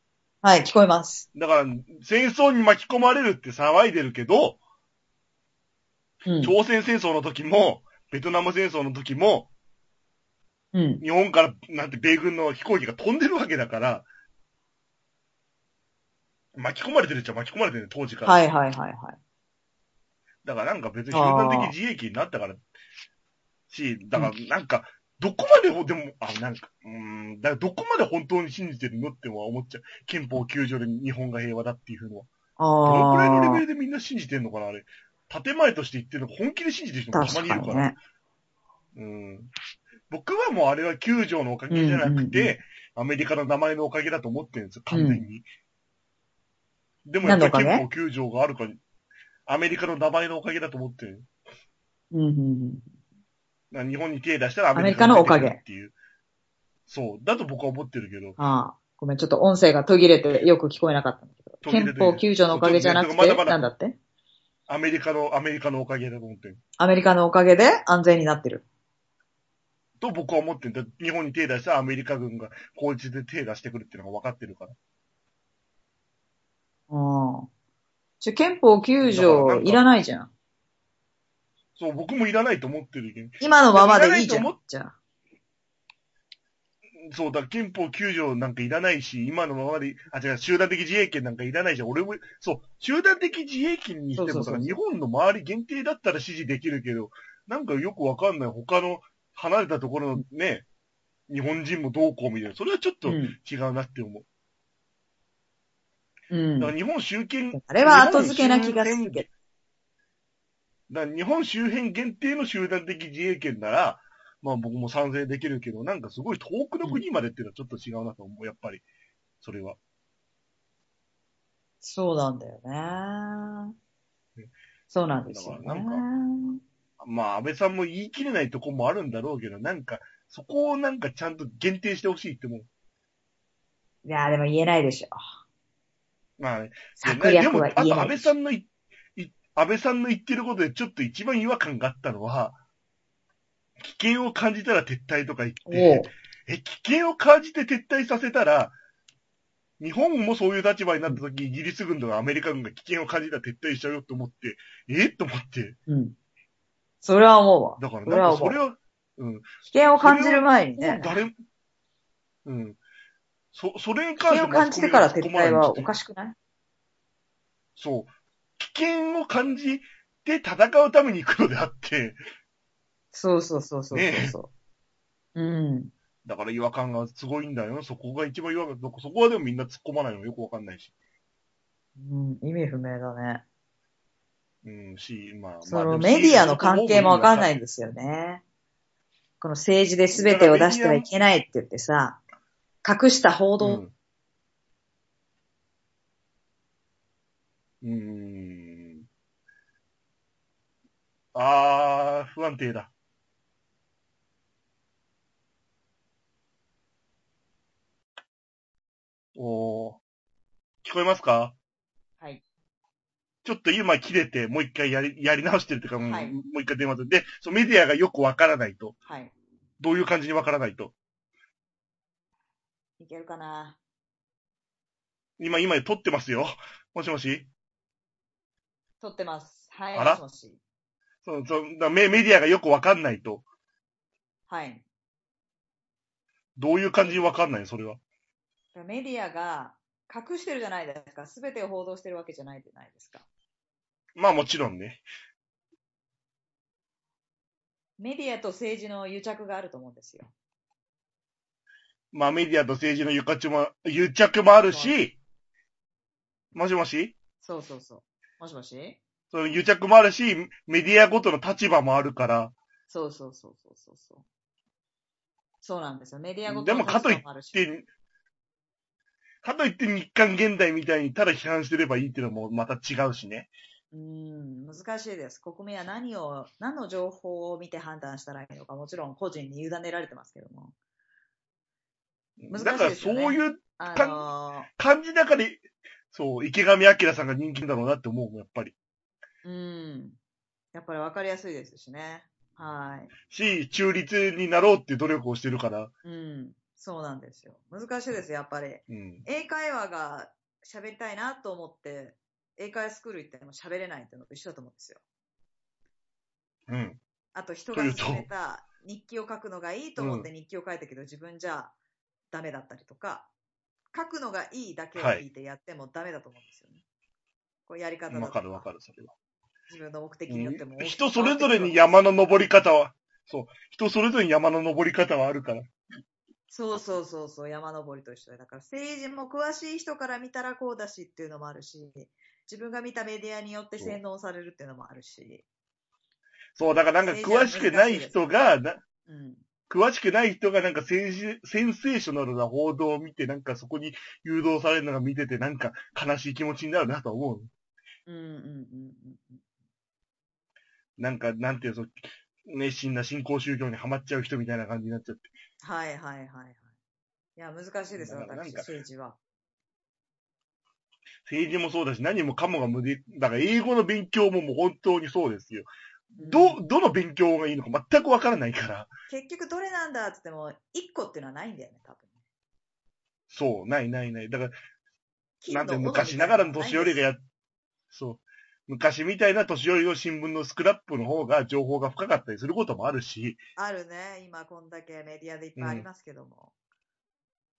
[SPEAKER 2] はい、聞こえます。
[SPEAKER 1] だから、戦争に巻き込まれるって騒いでるけど、
[SPEAKER 2] うん。
[SPEAKER 1] 朝鮮戦争の時も、ベトナム戦争の時も、
[SPEAKER 2] うん。
[SPEAKER 1] 日本から、なんて米軍の飛行機が飛んでるわけだから、巻き込まれてるっちゃ巻き込まれてるね、当時から。
[SPEAKER 2] はいはいはいはい。
[SPEAKER 1] だからなんか別に集団的自衛権になったから、し、だからなんか、どこまでほ、でも、あ、なんか、うーん、だからどこまで本当に信じてるのっては思っちゃう。憲法9条で日本が平和だっていうのは。どのくらいのレベルでみんな信じてんのかな、あれ。建前として言ってるのか本気で信じてる人もたまにいるから。
[SPEAKER 2] ね。
[SPEAKER 1] うん、僕はもうあれは9条のおかげじゃなくて、
[SPEAKER 2] うんうん
[SPEAKER 1] アメリカの名前のおかげだと思ってるんですよ、完全に。でもや
[SPEAKER 2] 何
[SPEAKER 1] っ
[SPEAKER 2] のお
[SPEAKER 1] ぱ
[SPEAKER 2] か
[SPEAKER 1] り
[SPEAKER 2] げ
[SPEAKER 1] 憲法9条があるから、アメリカの名前のおかげだと思ってる。
[SPEAKER 2] うんうんうん。
[SPEAKER 1] 日本に手出したらア
[SPEAKER 2] メリカのおかげ
[SPEAKER 1] アメリカに手出るっていう。そう。だと僕は思ってるけど。
[SPEAKER 2] ああ。ごめん、ちょっと音声が途切れてよく聞こえなかったんだけど。憲法9条のおかげじゃなくて、
[SPEAKER 1] まだまだ
[SPEAKER 2] なんだって
[SPEAKER 1] アメリカの、アメリカのおかげだと思ってる。
[SPEAKER 2] アメリカのおかげで安全になってる。
[SPEAKER 1] と僕は思ってる。だ日本に手出したらアメリカ軍がこいつで手出してくるっていうのが分かってるから。
[SPEAKER 2] うん。じゃ、憲法9
[SPEAKER 1] だからな
[SPEAKER 2] 条
[SPEAKER 1] んか
[SPEAKER 2] いらないじゃん。
[SPEAKER 1] そう、僕もいらないと思ってるけど。
[SPEAKER 2] 今のままでいいじゃ
[SPEAKER 1] いらないと
[SPEAKER 2] ん。じゃあ。
[SPEAKER 1] そう、だから憲法9条なんかいらないし、今のままで、あ、違う、集団的自衛権なんかいらないじゃん。俺も、そう、集団的自衛権にしてもさ、
[SPEAKER 2] そうそうそう
[SPEAKER 1] 日本の周り限定だったら支持できるけど、なんかよくわかんない。他の離れたところのね、日本人もどうこうみたいな。それはちょっと
[SPEAKER 2] うん。
[SPEAKER 1] 違うなって思う。
[SPEAKER 2] うん
[SPEAKER 1] だから日本周辺、
[SPEAKER 2] あれは後付けな気がするけど。
[SPEAKER 1] だから日本周辺限定の集団的自衛権なら、まあ僕も賛成できるけど、なんかすごい遠くの国までっていうのはちょっと違うなと思う、やっぱり。それは。
[SPEAKER 2] そうなんだよね
[SPEAKER 1] ね。
[SPEAKER 2] そうなんですよ
[SPEAKER 1] だから
[SPEAKER 2] ね
[SPEAKER 1] な。まあ安倍さんも言い切れないとこもあるんだろうけど、なんか、そこをなんかちゃんと限定してほしいってもう。
[SPEAKER 2] いや、でも言えないでしょ。
[SPEAKER 1] まあね、
[SPEAKER 2] 策略は
[SPEAKER 1] あ
[SPEAKER 2] 言え
[SPEAKER 1] と安
[SPEAKER 2] ないで
[SPEAKER 1] 倍
[SPEAKER 2] しょ
[SPEAKER 1] さ。んのい、い安倍さんの言ってることでちょっと一番違和感があったのは、危険を感じたら撤退とか言って、
[SPEAKER 2] おう
[SPEAKER 1] え、危険を感じて撤退させたら、日本もそういう立場になった時、イギリス軍とかアメリカ軍が危険を感じたら撤退しちゃうよと思って、えと思って。
[SPEAKER 2] うん。それは思うわ。
[SPEAKER 1] だから
[SPEAKER 2] それ
[SPEAKER 1] なん
[SPEAKER 2] は
[SPEAKER 1] か
[SPEAKER 2] 思
[SPEAKER 1] そ
[SPEAKER 2] う
[SPEAKER 1] れは、うん。
[SPEAKER 2] 危険を感じる前にね。
[SPEAKER 1] 誰も、うん。そ、それに
[SPEAKER 2] 危
[SPEAKER 1] 関して
[SPEAKER 2] 険を感じてから撤退はお
[SPEAKER 1] しい。
[SPEAKER 2] かしくない
[SPEAKER 1] そう。危険を感じて戦うために行くのであって、
[SPEAKER 2] そうそうそうそうそうそう。うん。
[SPEAKER 1] だから違和感がすごいんだよ。そこが一番違和感、そこはでもみんな突っ込まないのよくわかんないし。
[SPEAKER 2] うん、意味不明だね。
[SPEAKER 1] うん、し、まあ、まあ
[SPEAKER 2] そのメディアの関係もわかんない
[SPEAKER 1] で
[SPEAKER 2] んですよね。この政治で全てを出してはいけないって言ってさ、隠した報
[SPEAKER 1] も。
[SPEAKER 2] 道、
[SPEAKER 1] うんうーん。あー、不安定だ。おー。聞こえますか
[SPEAKER 2] はい。
[SPEAKER 1] ちょっと今切れて、もう一回やり、やり直してるというか、もう
[SPEAKER 2] はい
[SPEAKER 1] もう一回電話で。で、そのメディアがよくわからないと。
[SPEAKER 2] はい。
[SPEAKER 1] どういう感じにわからないと。
[SPEAKER 2] いけるかな
[SPEAKER 1] 今、今撮ってますよ。もしもし
[SPEAKER 2] 撮ってます。はい。
[SPEAKER 1] あら
[SPEAKER 2] もしもし
[SPEAKER 1] そう、そう、だメメディアがよくわかんないと。
[SPEAKER 2] はい。
[SPEAKER 1] どういう感じにわかんないそれは。
[SPEAKER 2] メディアが隠してるじゃないですか。全てを報道してるわけじゃないじゃないですか。
[SPEAKER 1] まあもちろんね。
[SPEAKER 2] メディアと政治の癒着があると思うんですよ。
[SPEAKER 1] まあメディアと政治のゆかちも、癒着もある
[SPEAKER 2] は
[SPEAKER 1] し、もしもし
[SPEAKER 2] そうそうそう。もしもし
[SPEAKER 1] その癒着もあるし、メディアごとの立場もあるから、
[SPEAKER 2] そうそうそうそうそうそう。そうなんですよ。メディアごと
[SPEAKER 1] でもかといって
[SPEAKER 2] あるし
[SPEAKER 1] で、かといって日韓現代みたいにただ批判してればいいっていうのもまた違うしね。
[SPEAKER 2] うーん、難しいです。国民は何を、何の情報を見て判断したらいいのか、もちろん個人に委ねられてますけども。難しい
[SPEAKER 1] だから
[SPEAKER 2] ですよ
[SPEAKER 1] そ
[SPEAKER 2] ね
[SPEAKER 1] ういう
[SPEAKER 2] あ
[SPEAKER 1] かん
[SPEAKER 2] の
[SPEAKER 1] 感じだから、そう、池上彰さんが人気だろうなって思うもん、やっぱり。
[SPEAKER 2] ー、うん。やっぱり分かりやすいですしね。はい。
[SPEAKER 1] し、中立になろうっていう努力をしてるから。
[SPEAKER 2] うん。そうなんですよ。難しいです、やっぱり。
[SPEAKER 1] うん。
[SPEAKER 2] 英会話が喋りたいなと思って、英会話スクール行っても喋れないっていうのと一緒だと思うんですよ。
[SPEAKER 1] うん。
[SPEAKER 2] あと人
[SPEAKER 1] と
[SPEAKER 2] が
[SPEAKER 1] いうと
[SPEAKER 2] 勧めた日記を書くのがいいと思って日記を書いたけど、自分じゃダメだったりとか、書くのがいいだけを聞いてやってもダメだと思うんですよね。こうやり方だ
[SPEAKER 1] わ
[SPEAKER 2] とか
[SPEAKER 1] かるわかる、それは。
[SPEAKER 2] 自分の目的によっても大きく
[SPEAKER 1] 人それぞれに山の登り方は、そう、人それぞれに山の登り方はあるから。
[SPEAKER 2] そうそうそうそう、山登りと一緒で。だから政治も詳しい人から見たらこうだしっていうのもあるし、自分が見たメディアによって洗脳されるっていうのもあるし。
[SPEAKER 1] そう、だからなんか詳しくない人が、な
[SPEAKER 2] うん。
[SPEAKER 1] 詳しくない人がなんかセンシセンセーショナルな報道を見て、なんかそこに誘導されるのが見てて、なんか悲しい気持ちになるなと思う。
[SPEAKER 2] うんうんうんうん。
[SPEAKER 1] なんか、なんていうの、その熱心な新興宗教にはまっちゃう人みたいな感じになっちゃって。
[SPEAKER 2] はいはいはいはい。いや、難しいですよ、
[SPEAKER 1] だからなん
[SPEAKER 2] 私、
[SPEAKER 1] か
[SPEAKER 2] 政治は。
[SPEAKER 1] 政治もそうだし、何もかもが無理。だから英語の勉強ももう本当にそうですよ。
[SPEAKER 2] うん
[SPEAKER 1] ど、どの勉強がいいのか全くわからないから。
[SPEAKER 2] 結局どれなんだって言っても、一個っていうのはないんだよね、多分。
[SPEAKER 1] そう、ないないない。だから、
[SPEAKER 2] 金
[SPEAKER 1] な
[SPEAKER 2] の
[SPEAKER 1] んて
[SPEAKER 2] 斧
[SPEAKER 1] 昔
[SPEAKER 2] みた
[SPEAKER 1] ないがらの年寄りが
[SPEAKER 2] や
[SPEAKER 1] や、そう。昔みたいな年寄りの新聞のスクラップの方が情報が深かったりすることもあるし、
[SPEAKER 2] あるね、今こんだけメディアでいっぱいありますけども。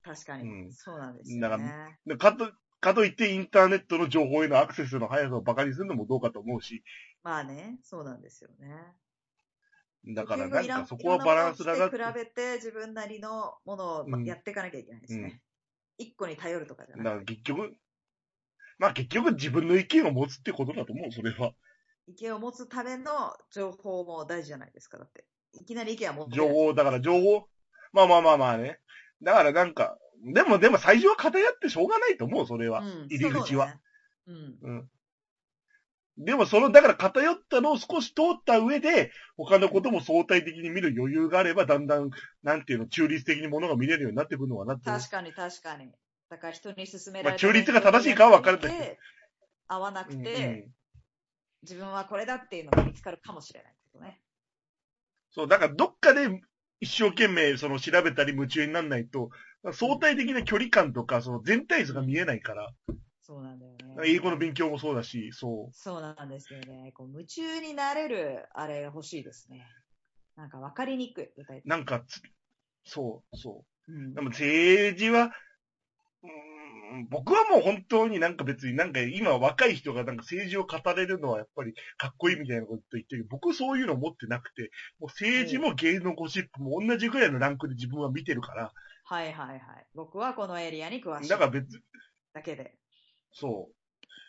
[SPEAKER 2] 確かに、
[SPEAKER 1] うん
[SPEAKER 2] そうなんですよね。
[SPEAKER 1] だからでかと、かといってインターネットの情報へのアクセスの速さを馬鹿にするのもどうかと思うし、
[SPEAKER 2] まあね、そうなんですよね。
[SPEAKER 1] だから
[SPEAKER 2] 結
[SPEAKER 1] なん
[SPEAKER 2] 局いら
[SPEAKER 1] かそこはバランスだなっ
[SPEAKER 2] い
[SPEAKER 1] て
[SPEAKER 2] ろんなものをして比べて自分なりのものをまやっていかなきゃいけないですね。一、個に頼るとかじゃ
[SPEAKER 1] だ
[SPEAKER 2] な
[SPEAKER 1] か
[SPEAKER 2] い。
[SPEAKER 1] ら結局、まあ結局自分の意見を持つってことだと思う、それは。
[SPEAKER 2] 意見を持つための情報も大事じゃないですか、だって。いきなり意見は持って
[SPEAKER 1] 情報、だから情報、まあまあまあまあね。だからなんか、でもでも最初は偏ってしょうがないと思う、それは。
[SPEAKER 2] うん
[SPEAKER 1] 入り口は。
[SPEAKER 2] そうねうん。
[SPEAKER 1] うん。でもその、だから偏ったのを少し通った上で、他のことも相対的に見る余裕があれば、だんだん、なんていうの、中立的にものが見れるようになってくるのかなって。
[SPEAKER 2] 確かに確かに。だから人に勧めら
[SPEAKER 1] ま
[SPEAKER 2] れ
[SPEAKER 1] あ
[SPEAKER 2] た
[SPEAKER 1] 中立が正しいかは分からないけど
[SPEAKER 2] 勉強で合わなく
[SPEAKER 1] うん
[SPEAKER 2] て、
[SPEAKER 1] うん
[SPEAKER 2] 自分はこれだっていうのが見つかるかもしれないことね。
[SPEAKER 1] そう、だからどっかで一生懸命その調べたり夢中にならないと、相対的な距離感とか、その全体図が見えないから、
[SPEAKER 2] そうなんだよね。
[SPEAKER 1] 英語の勉強もそうだし、そう。
[SPEAKER 2] そうなんですよね。こう夢中になれるあれが欲しいですね。なんか分かりにくい。具体的に
[SPEAKER 1] なんかつ、そう、そう。
[SPEAKER 2] うん
[SPEAKER 1] でも政治は、うーん僕はもう本当になんか別になんか今若い人がなんか政治を語れるのはやっぱりかっこいいみたいなこと言ってるけど、僕そういうの持ってなくて、もう政治も芸能ゴシップも同じぐらいのランクで自分は見てるから、
[SPEAKER 2] はいはいはい。僕はこのエリアに詳しい
[SPEAKER 1] だから別、
[SPEAKER 2] だけで、
[SPEAKER 1] そう。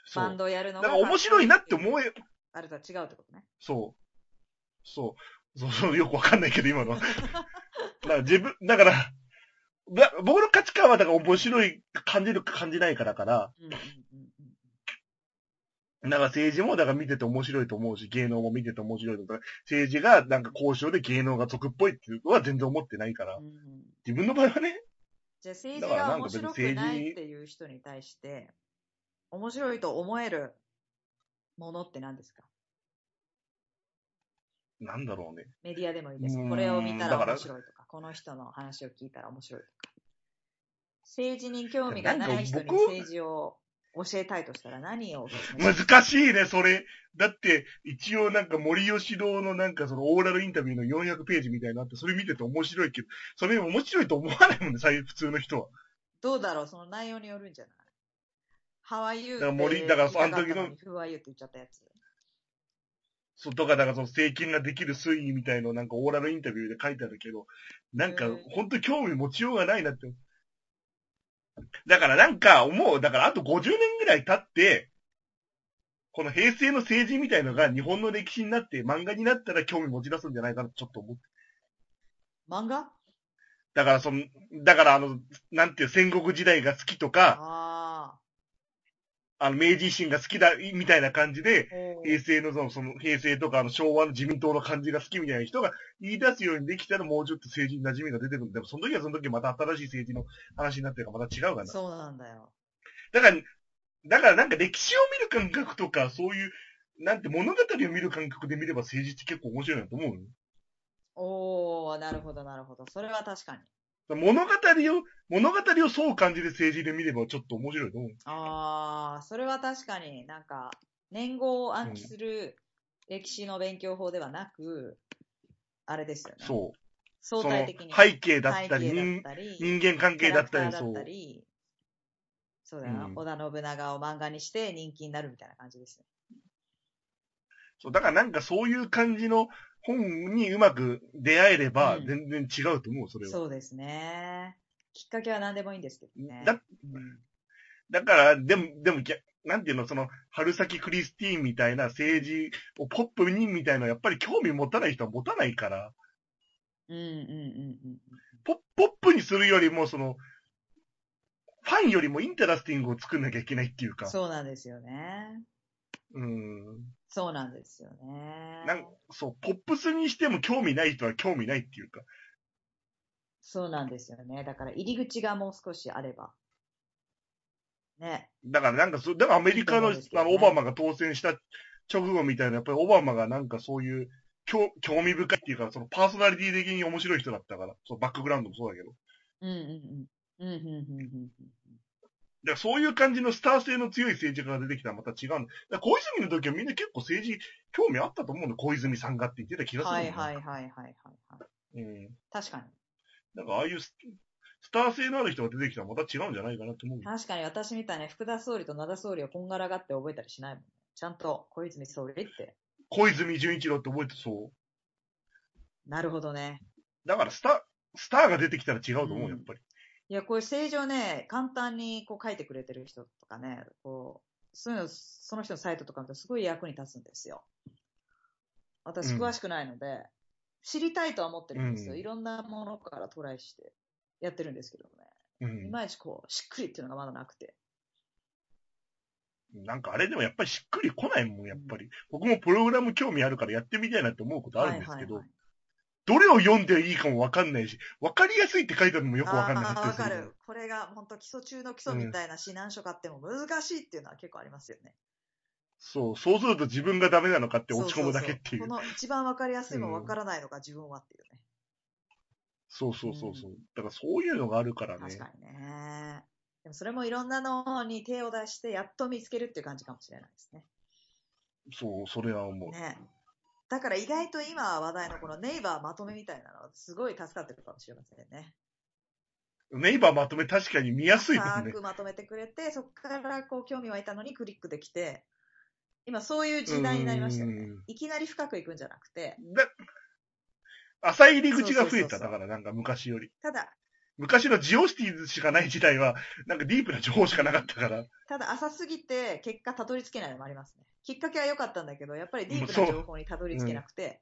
[SPEAKER 1] そ
[SPEAKER 2] バン
[SPEAKER 1] う。
[SPEAKER 2] ドをやるの
[SPEAKER 1] だ
[SPEAKER 2] が
[SPEAKER 1] から面白いなって思え、
[SPEAKER 2] あれとは違うってことね。
[SPEAKER 1] そう。そう。そう、そうよくわかんないけど、今 のは。だから自分、だから、だ僕の価値観はだから面白い感じるか感じないからから、
[SPEAKER 2] うんうんうんうん
[SPEAKER 1] だから政治も、だから見てて面白いと思うし、芸能も見てて面白いと思うから政治がなんか交渉で芸能が俗っぽいっていうのは全然思ってないから
[SPEAKER 2] う、んうん
[SPEAKER 1] 自分の場合はね、
[SPEAKER 2] じゃあ政
[SPEAKER 1] だ
[SPEAKER 2] 治
[SPEAKER 1] からな
[SPEAKER 2] が
[SPEAKER 1] んか
[SPEAKER 2] 面
[SPEAKER 1] 別に
[SPEAKER 2] 白くないっていう人に対して、面白いと思えるものって何ですか
[SPEAKER 1] なんだろうね。
[SPEAKER 2] メディアでもいいです
[SPEAKER 1] うー。ん
[SPEAKER 2] これを見た
[SPEAKER 1] だ
[SPEAKER 2] ら
[SPEAKER 1] から
[SPEAKER 2] 面白いとか、この人の話を聞いたら面白いとか。政治に興味が
[SPEAKER 1] なん
[SPEAKER 2] な
[SPEAKER 1] か
[SPEAKER 2] い人に
[SPEAKER 1] 僕
[SPEAKER 2] 政治を教えたいとしたら何をお勧めします
[SPEAKER 1] 難しいね、それ。だって、一応なんか森吉郎のなんかそのオーラルインタビューの400ページみたいなのあって、それ見てて面白いけど、それ面白いと思わないもんね、最普通の人は。
[SPEAKER 2] どうだろうその内容によるんじゃない ?How are you?
[SPEAKER 1] だから森だからあの時の
[SPEAKER 2] Who are you? って言っちゃったやつ。
[SPEAKER 1] そう、とか、だからその政権ができる推移みたいのをなんかオーラルインタビューで書いてあるけど、なんか
[SPEAKER 2] うん
[SPEAKER 1] 本当に興味持ちようがないなって。だからなんか思う、だからあと50年ぐらい経って、この平成の政治みたいのが日本の歴史になって漫画になったら興味持ち出すんじゃないかなとちょっと思って。
[SPEAKER 2] 漫画
[SPEAKER 1] だからその、だからあの、なんていう戦国時代が好きとか、
[SPEAKER 2] あ
[SPEAKER 1] あの明治維新が好きだ、みたいな感じで、
[SPEAKER 2] あ。おー
[SPEAKER 1] 平成のその、その、平成とかあの昭和の自民党の感じが好きみたいな人が言い出すようにできたらもうちょっと政治に馴染みが出てくる。でもその時はその時また新しい政治の話になってるからまた違うかな。
[SPEAKER 2] そうなんだよ。
[SPEAKER 1] だから、だからなんか歴史を見る感覚とか、そういう、なんて物語を見る感覚で見れば政治って結構面白いなと思うよ。
[SPEAKER 2] おー、なるほど、なるほど。それは確かに。
[SPEAKER 1] 物語を、物語をそう感じる政治で見ればちょっと面白いと思う。
[SPEAKER 2] ああ、それは確かになんか、年号を暗記する歴史の勉強法ではなく、あれですよね。
[SPEAKER 1] そう。
[SPEAKER 2] 相
[SPEAKER 1] そ
[SPEAKER 2] 対
[SPEAKER 1] の
[SPEAKER 2] 的に。
[SPEAKER 1] 背景だったり、
[SPEAKER 2] 背景
[SPEAKER 1] 人
[SPEAKER 2] だったり
[SPEAKER 1] 人間関係だったり、
[SPEAKER 2] キャラクター
[SPEAKER 1] そう。
[SPEAKER 2] りそうだよな、
[SPEAKER 1] うん
[SPEAKER 2] 織田信長を漫画にして人気になるみたいな感じですね。
[SPEAKER 1] そう、だからなんかそういう感じの本にうまく出会えれば
[SPEAKER 2] うん
[SPEAKER 1] 全然違うと思う、それは。
[SPEAKER 2] そうですね。きっかけは何でもいいんですけどね。
[SPEAKER 1] だ
[SPEAKER 2] うん
[SPEAKER 1] だから、でも、でも、ぎゃなんていうの、その、春先クリスティーンみたいな政治をポップにみたいな、やっぱり興味持たない人は持たないから、
[SPEAKER 2] うんうんうんうん。
[SPEAKER 1] ポポップにするよりも、その、ファンよりもインタラスティングを作んなきゃいけないっていうか、
[SPEAKER 2] そうなんですよね。
[SPEAKER 1] うん。
[SPEAKER 2] そうなんですよね。
[SPEAKER 1] なんそう、ポップスにしても興味ない人は興味ないっていうか。
[SPEAKER 2] そうなんですよね。だから入り口がもう少しあれば。ね。
[SPEAKER 1] だからなんかそ、だからアメリカの、
[SPEAKER 2] そうなんですけ
[SPEAKER 1] あ
[SPEAKER 2] どね
[SPEAKER 1] の、オバマが当選した直後みたいな、やっぱりオバマがなんかそういう、興興味深いっていうか、そのパーソナリティ的に面白い人だったから、そのバックグラウンドもそうだけど。
[SPEAKER 2] うんうんうん。うんうんうんうん
[SPEAKER 1] だからそういう感じのスター性の強い政治家が出てきたらまた違うんだ。だから小泉の時はみんな結構政治興味あったと思うんだ。小泉さんがって言ってた気
[SPEAKER 2] う
[SPEAKER 1] が
[SPEAKER 2] ん。
[SPEAKER 1] する
[SPEAKER 2] は
[SPEAKER 1] んだ
[SPEAKER 2] い
[SPEAKER 1] よ
[SPEAKER 2] はいはいはいはいはい。
[SPEAKER 1] うん。
[SPEAKER 2] 確かに。
[SPEAKER 1] なんかああいうススター性のある人が出てきたらまた違うんじゃないかなと思うよ。
[SPEAKER 2] 確かに私みたいに福田総理と野田総理をこんがらがって覚えたりしないもんね。ちゃんと小泉総理って。
[SPEAKER 1] 小泉純一郎って覚えてそう。
[SPEAKER 2] なるほどね。
[SPEAKER 1] だからスター、スターが出てきたら違うと思
[SPEAKER 2] うん
[SPEAKER 1] う、やっぱり。
[SPEAKER 2] いや、こういう政治をね、簡単にこう書いてくれてる人とかね、こう、そういうの、その人のサイトとか見るとすごい役に立つんですよ。私
[SPEAKER 1] うん
[SPEAKER 2] 詳しくないので、知りたいとは思ってるんですよ。
[SPEAKER 1] うん
[SPEAKER 2] いろんなものからトライしてやってるんですけどね。
[SPEAKER 1] うん
[SPEAKER 2] いまいちこう、しっくりっていうのがまだなくて。
[SPEAKER 1] なんかあれでもやっぱりしっくり来ないもん、やっぱり。僕もプログラム興味あるからやってみたいなって思うことあるんですけど、
[SPEAKER 2] はいはい
[SPEAKER 1] どれを読んでいいかもわかんないし、わかりやすいって書いてあるのもよくわ
[SPEAKER 2] はい、
[SPEAKER 1] かんな
[SPEAKER 2] あ
[SPEAKER 1] い
[SPEAKER 2] あー、わか
[SPEAKER 1] ですよ
[SPEAKER 2] る。これが本当基礎中の基礎みたいな指南書買っても難しいっていうのは結構ありますよね。
[SPEAKER 1] そう、そうすると自分がダメなのかって落ち込むだけっていう。
[SPEAKER 2] そうそうそうこの一番わかりやすいもわからないのが自分はっていうね。
[SPEAKER 1] そうそうそうそう。だからそういうのがあるからね
[SPEAKER 2] 確。かにね。でもそれもいろんなのに手を出してやっと見つけるっていう感じかもしれないですね。
[SPEAKER 1] そう、それは思う。
[SPEAKER 2] ね。だから意外と今話題のこのネイバーまとめみたいなのはすごい助かってるかもしれませんね。
[SPEAKER 1] ネイバーまとめ確かに見やすいです
[SPEAKER 2] 深
[SPEAKER 1] ね。
[SPEAKER 2] くまとめてくれて、そこからこう興味湧いたのにクリックできて、今そういう時代になりましたよね
[SPEAKER 1] うん。
[SPEAKER 2] いきなり深くいくんじゃなくて、
[SPEAKER 1] だ浅い入り口が増え
[SPEAKER 2] そうそうそうそ
[SPEAKER 1] た。
[SPEAKER 2] う
[SPEAKER 1] だからなんか昔より。
[SPEAKER 2] ただ、
[SPEAKER 1] 昔のジオシティーズしかない時代は、なんかディープな情報しかなかったから。
[SPEAKER 2] ただ浅すぎて結果たどり着けないのもありますね。きっかけは良かったんだけど、やっぱりディープな情報にたどり着けなくて、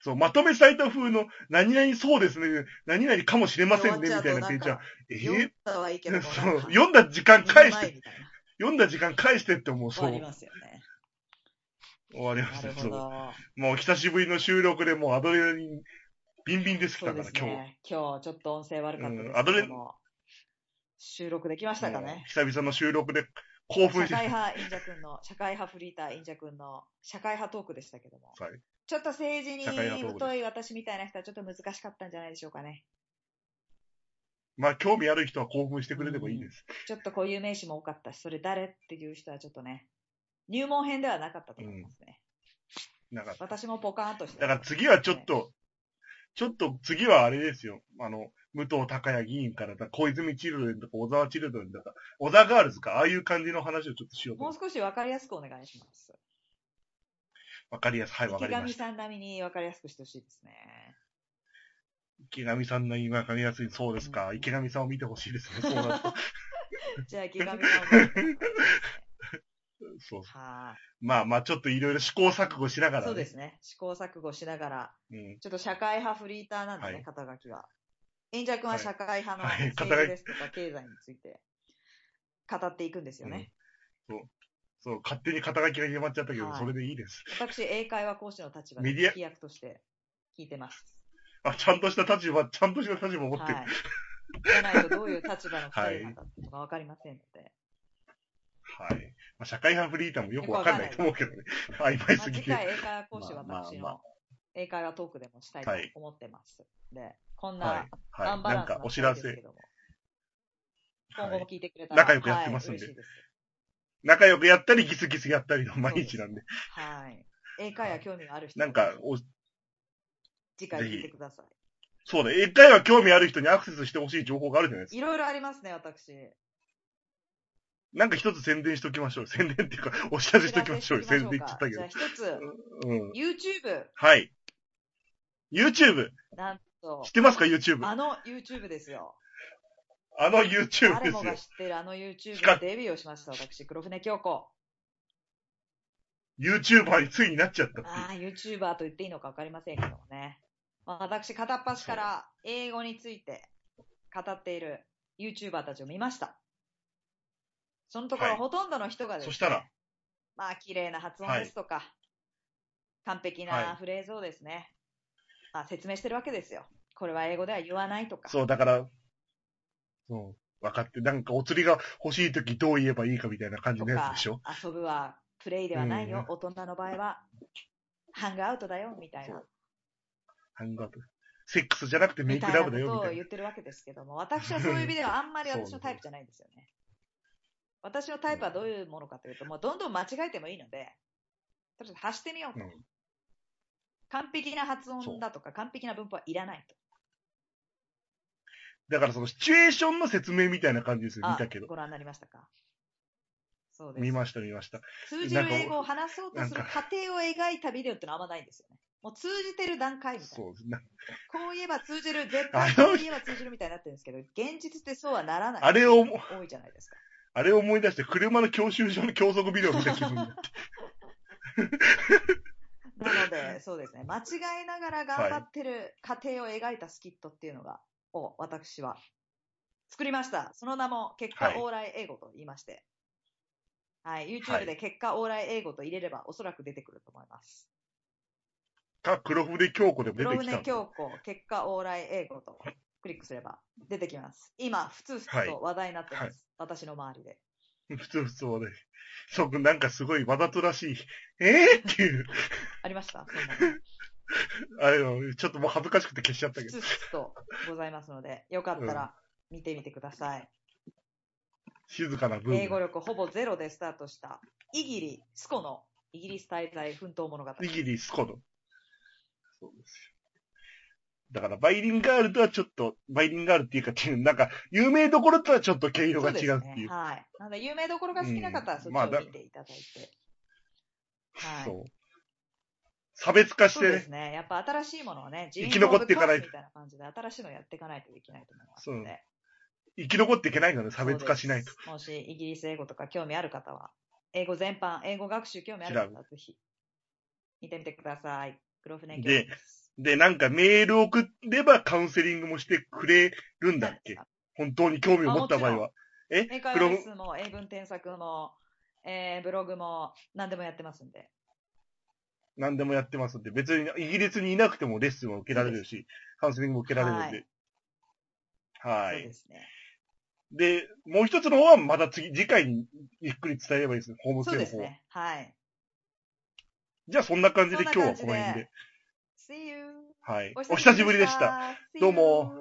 [SPEAKER 1] そう、まとめサイト風の、何々そうですね、何々かもしれませんね、み
[SPEAKER 2] 終わっち
[SPEAKER 1] たい
[SPEAKER 2] ゃうと
[SPEAKER 1] なページは、え
[SPEAKER 2] 読んだはいいけど
[SPEAKER 1] ー、
[SPEAKER 2] も
[SPEAKER 1] そ
[SPEAKER 2] なん
[SPEAKER 1] う
[SPEAKER 2] か、
[SPEAKER 1] 読んだ時間返し
[SPEAKER 2] 見る前
[SPEAKER 1] て、
[SPEAKER 2] みたいな。
[SPEAKER 1] 読んだ時間返してって思う、
[SPEAKER 2] そ
[SPEAKER 1] そう
[SPEAKER 2] あり
[SPEAKER 1] う。
[SPEAKER 2] ますよね。
[SPEAKER 1] 終わりま
[SPEAKER 2] な
[SPEAKER 1] し
[SPEAKER 2] る
[SPEAKER 1] た、
[SPEAKER 2] ほ
[SPEAKER 1] そ
[SPEAKER 2] ど。
[SPEAKER 1] う。もう久しぶりの収録でもうアドレナリン、ビンビンですき
[SPEAKER 2] そ
[SPEAKER 1] た
[SPEAKER 2] う
[SPEAKER 1] か
[SPEAKER 2] で
[SPEAKER 1] ら、
[SPEAKER 2] すね。今日ちょっと音声悪かったですけど
[SPEAKER 1] う
[SPEAKER 2] も、
[SPEAKER 1] んアドレ
[SPEAKER 2] 収録できました
[SPEAKER 1] 今日。
[SPEAKER 2] か
[SPEAKER 1] もう
[SPEAKER 2] ね。
[SPEAKER 1] 久々の収録で興奮し
[SPEAKER 2] 社
[SPEAKER 1] て
[SPEAKER 2] 会
[SPEAKER 1] た。
[SPEAKER 2] 派インジャ君の、社会派フリーターインジャ君の社会派トークでしたけども、
[SPEAKER 1] はい
[SPEAKER 2] ちょっと政治に
[SPEAKER 1] 社会派トーク
[SPEAKER 2] 疎い私みたいな人はちょっと難しかったんじゃないでしょうかね。
[SPEAKER 1] まあ、興味ある人は興奮してくれればいいです。
[SPEAKER 2] ちょっとこういう名詞も多かったし、それ誰っていう人はちょっとね、入門編ではなかったと思いますね。
[SPEAKER 1] なんか、
[SPEAKER 2] 私もポカーンとして。
[SPEAKER 1] だから次はちょっと、ちょっと次はあれですよ。あの、武藤隆也議員からだ、小泉チルドレンとか小沢チルドレンだか、小沢ガールズか、ああいう感じの話をちょっとしようと
[SPEAKER 2] も
[SPEAKER 1] 思
[SPEAKER 2] う
[SPEAKER 1] います。
[SPEAKER 2] 少しわかりやすくお願いします。
[SPEAKER 1] わかりやすい。はい、わか
[SPEAKER 2] 池
[SPEAKER 1] りま
[SPEAKER 2] 上
[SPEAKER 1] した。
[SPEAKER 2] さん並みにわかりやすくしてほしいで すね。
[SPEAKER 1] 池上さんの今わかりやすい。そうですか。
[SPEAKER 2] うん
[SPEAKER 1] 池上さんを見てほしい ですね。そうなると。
[SPEAKER 2] じゃあ池上さんを見てもらいたいですね。
[SPEAKER 1] そう。
[SPEAKER 2] は
[SPEAKER 1] まあまあ、ちょっといろいろ試行錯誤しながら、
[SPEAKER 2] い。
[SPEAKER 1] ね。
[SPEAKER 2] そうですね。試行錯誤しながら、
[SPEAKER 1] うん。
[SPEAKER 2] ちょっと社会派フリーターなんでね、
[SPEAKER 1] はい
[SPEAKER 2] 肩書きは。演者君は社会派の
[SPEAKER 1] はいはい
[SPEAKER 2] 政治ですとか経済について語っていくんですよね。
[SPEAKER 1] そう、勝手に肩書きが決まっちゃったけど、
[SPEAKER 2] はい
[SPEAKER 1] それでいいです。
[SPEAKER 2] 私、英会話講師の立場で
[SPEAKER 1] メディア
[SPEAKER 2] 聞き役として聞いてます。
[SPEAKER 1] あ、ちゃんとした立場、ちゃんとした立場を持ってる。
[SPEAKER 2] はい。じゃないとどういう立場の2人なんだっていうのがわかりませんの で。
[SPEAKER 1] はい。まあ、社会派フリーターもよくわかんないと思うけどね。曖昧
[SPEAKER 2] ますあ、
[SPEAKER 1] ぎ
[SPEAKER 2] 次
[SPEAKER 1] て。
[SPEAKER 2] 回英会話講師は
[SPEAKER 1] まあ
[SPEAKER 2] 私
[SPEAKER 1] まあま
[SPEAKER 2] の英会話トークでもしたいと
[SPEAKER 1] はい
[SPEAKER 2] 思ってます。で、こん
[SPEAKER 1] は。
[SPEAKER 2] ないア
[SPEAKER 1] は
[SPEAKER 2] ン
[SPEAKER 1] い。
[SPEAKER 2] バ
[SPEAKER 1] なん
[SPEAKER 2] ランスな
[SPEAKER 1] かお
[SPEAKER 2] 回
[SPEAKER 1] 知ら
[SPEAKER 2] です
[SPEAKER 1] せ
[SPEAKER 2] け、ども、今後
[SPEAKER 1] は
[SPEAKER 2] も
[SPEAKER 1] い、
[SPEAKER 2] 聞いてくれたら、
[SPEAKER 1] 仲良くやってますんで
[SPEAKER 2] はい、嬉しいです。
[SPEAKER 1] 仲良くやったり、ギスギスやったりの毎日なんで、
[SPEAKER 2] はい。英会話興味がある人、
[SPEAKER 1] なんかお、
[SPEAKER 2] 次回聞いてくださ
[SPEAKER 1] そうだ、英会話興味ある人にアクセスしてほしい情報があるじゃないです
[SPEAKER 2] い。
[SPEAKER 1] か。
[SPEAKER 2] いろいろありますね、私。
[SPEAKER 1] なんか一つ宣伝しときましょう。宣伝っていうか、お知らせしときましょう。
[SPEAKER 2] お知らせ
[SPEAKER 1] 宣
[SPEAKER 2] して
[SPEAKER 1] 伝
[SPEAKER 2] い
[SPEAKER 1] 言
[SPEAKER 2] き
[SPEAKER 1] っ
[SPEAKER 2] ま
[SPEAKER 1] ち
[SPEAKER 2] し
[SPEAKER 1] ゃ
[SPEAKER 2] ょ
[SPEAKER 1] っ
[SPEAKER 2] う
[SPEAKER 1] たけ
[SPEAKER 2] かじ
[SPEAKER 1] ど
[SPEAKER 2] ゃあ。一つ、
[SPEAKER 1] うん。
[SPEAKER 2] YouTube、
[SPEAKER 1] はい。YouTube!
[SPEAKER 2] なんと
[SPEAKER 1] 知っ、てますか ?YouTube。
[SPEAKER 2] あの YouTube ですよ。
[SPEAKER 1] あの YouTube です
[SPEAKER 2] 誰もが
[SPEAKER 1] よ
[SPEAKER 2] 知。ってるあの YouTube
[SPEAKER 1] 光
[SPEAKER 2] のデビューをしました、私、黒船京子。
[SPEAKER 1] YouTuber についになっちゃったっていう。
[SPEAKER 2] ああ、YouTuber と言っていいのか分かりませんけどもね。まあ私、片っ端から英語について語っている YouTuber たちを見ました。そのところ、
[SPEAKER 1] はい
[SPEAKER 2] ほとんどの人がですね、
[SPEAKER 1] そしたら
[SPEAKER 2] まあ、綺麗な発音ですとか、完璧
[SPEAKER 1] は
[SPEAKER 2] ないフレーズをですね、まあ、説明してるわけですよ。これは英語では言わないとか。
[SPEAKER 1] そう、だから、そう、分かって、なんかお釣りが欲しいときどう言えばいいかみたいな感じ
[SPEAKER 2] と
[SPEAKER 1] のや
[SPEAKER 2] か
[SPEAKER 1] つでしょ、
[SPEAKER 2] 遊ぶはプレイではないよ。
[SPEAKER 1] う
[SPEAKER 2] 大人の場合は、ハングアウトだよ、みたいな。
[SPEAKER 1] ハングアップ。セックスじゃなくてメ
[SPEAKER 2] み
[SPEAKER 1] イク
[SPEAKER 2] たい
[SPEAKER 1] ラ
[SPEAKER 2] な
[SPEAKER 1] ブ
[SPEAKER 2] こ
[SPEAKER 1] だよ、
[SPEAKER 2] と
[SPEAKER 1] み
[SPEAKER 2] を
[SPEAKER 1] たいな
[SPEAKER 2] 言。ってるわけですけども、私はそういう意味ではあんまり私のタイプじゃないんですよ ね。私のタイプはどういうものかというと、もうどんどん間違えてもいいので、とりあえず発してみようと。
[SPEAKER 1] うん
[SPEAKER 2] 完璧な発音だとか、完璧な文法はいらないと。
[SPEAKER 1] だからそのシチュエーションの説明みたいな感じですよ、見
[SPEAKER 2] あ
[SPEAKER 1] たけど。
[SPEAKER 2] ご覧になりましたか。そうで
[SPEAKER 1] 見
[SPEAKER 2] す。
[SPEAKER 1] ました、見ました。
[SPEAKER 2] 通じる英語を話そうとする
[SPEAKER 1] なん
[SPEAKER 2] 過程を描いたビデオってのはあんまないんですよね。もう通じてる段階みたいな。
[SPEAKER 1] そうですね。
[SPEAKER 2] こう言えば通じる、絶
[SPEAKER 1] あ
[SPEAKER 2] 対
[SPEAKER 1] の
[SPEAKER 2] こう言えば通じるみたいになってるんですけど、現実ってそうはならない。
[SPEAKER 1] あれを思う
[SPEAKER 2] 多いじゃないですか。
[SPEAKER 1] あれを思い出して、車の教習所の教則ビデオ見た気分にな った。
[SPEAKER 2] なので、そうですね。間違いながら頑張ってる過程を描いたスキットっていうのが、を私は作りました。その名も、結果
[SPEAKER 1] はい
[SPEAKER 2] 往来英語と言いまして。はい。
[SPEAKER 1] は
[SPEAKER 2] YouTube
[SPEAKER 1] い
[SPEAKER 2] で結果往来英語と入れれば、おそらく出てくると思います。
[SPEAKER 1] か、黒船京子でも出て
[SPEAKER 2] 黒
[SPEAKER 1] きた
[SPEAKER 2] 船
[SPEAKER 1] んですよ。
[SPEAKER 2] 京子、結果往来英語とクリックすれば出てきます。今、ふつふ
[SPEAKER 1] は
[SPEAKER 2] つ
[SPEAKER 1] い
[SPEAKER 2] と話題になってます。
[SPEAKER 1] はい
[SPEAKER 2] 私の周りで。
[SPEAKER 1] 普通普通はね。そう、なんかすごいわざとらしい。えぇ、っていう。
[SPEAKER 2] ありましたそんなの。
[SPEAKER 1] あれの、ちょっともう恥ずかしくて消しちゃったけ
[SPEAKER 2] ふ
[SPEAKER 1] ど。
[SPEAKER 2] つふつとございますので、よかったら見てみてください。
[SPEAKER 1] 静かなブー
[SPEAKER 2] 英語
[SPEAKER 1] ム。
[SPEAKER 2] 力ほぼゼロでスタートした、イギリスコのイギリス滞在奮闘物語。
[SPEAKER 1] イギリスコの。そうですよ。だから、バイリンガールとはちょっと、バイリンガールっていうか、っていうなんか、有名どころとはちょっと毛色が違うっていう。
[SPEAKER 2] はい。なので、有名どころが好きな方はそ
[SPEAKER 1] うんまあ
[SPEAKER 2] っち
[SPEAKER 1] だ
[SPEAKER 2] を見ていただいて。はい。
[SPEAKER 1] そう。差別化し
[SPEAKER 2] そう
[SPEAKER 1] て
[SPEAKER 2] で
[SPEAKER 1] ね
[SPEAKER 2] す。ね。やっぱ新しいもの をね、
[SPEAKER 1] 生き残っていかないと
[SPEAKER 2] 人口をぶっ壊すみたいな感じで新しいのをやっていかないといけないと思いますので。
[SPEAKER 1] 生き残っていけないので、差別化しないと。
[SPEAKER 2] そうです。もしイギリス英語とか興味ある方は、英語全般、英語学習興味ある方はぜひ、見てみてください。黒船教
[SPEAKER 1] で
[SPEAKER 2] 育です。
[SPEAKER 1] で、なんかメール送ればカウンセリングもしてくれるんだっけ本当に興味を持った場合は。えブ
[SPEAKER 2] 英会
[SPEAKER 1] ロ
[SPEAKER 2] 話
[SPEAKER 1] グ
[SPEAKER 2] レッスンも、英文添削も、えー、ブログも、何でもやってますんで。
[SPEAKER 1] 何でもやってますんで、別にイギリスにいなくてもレッスンは受けられるし、カウンセリングも受けられるんで。は
[SPEAKER 2] そう
[SPEAKER 1] い
[SPEAKER 2] で。すね。
[SPEAKER 1] でもう一つの方はまた次、次回にゆっくり伝えればいいですね。ホームス
[SPEAKER 2] そ
[SPEAKER 1] テ
[SPEAKER 2] う
[SPEAKER 1] イの方
[SPEAKER 2] です。ね。はい。
[SPEAKER 1] じゃあそんな感じで
[SPEAKER 2] そ
[SPEAKER 1] 今
[SPEAKER 2] んな
[SPEAKER 1] 日はこ
[SPEAKER 2] 感じ
[SPEAKER 1] の辺で。
[SPEAKER 2] See you!
[SPEAKER 1] はい。お久しぶりでした。どうも。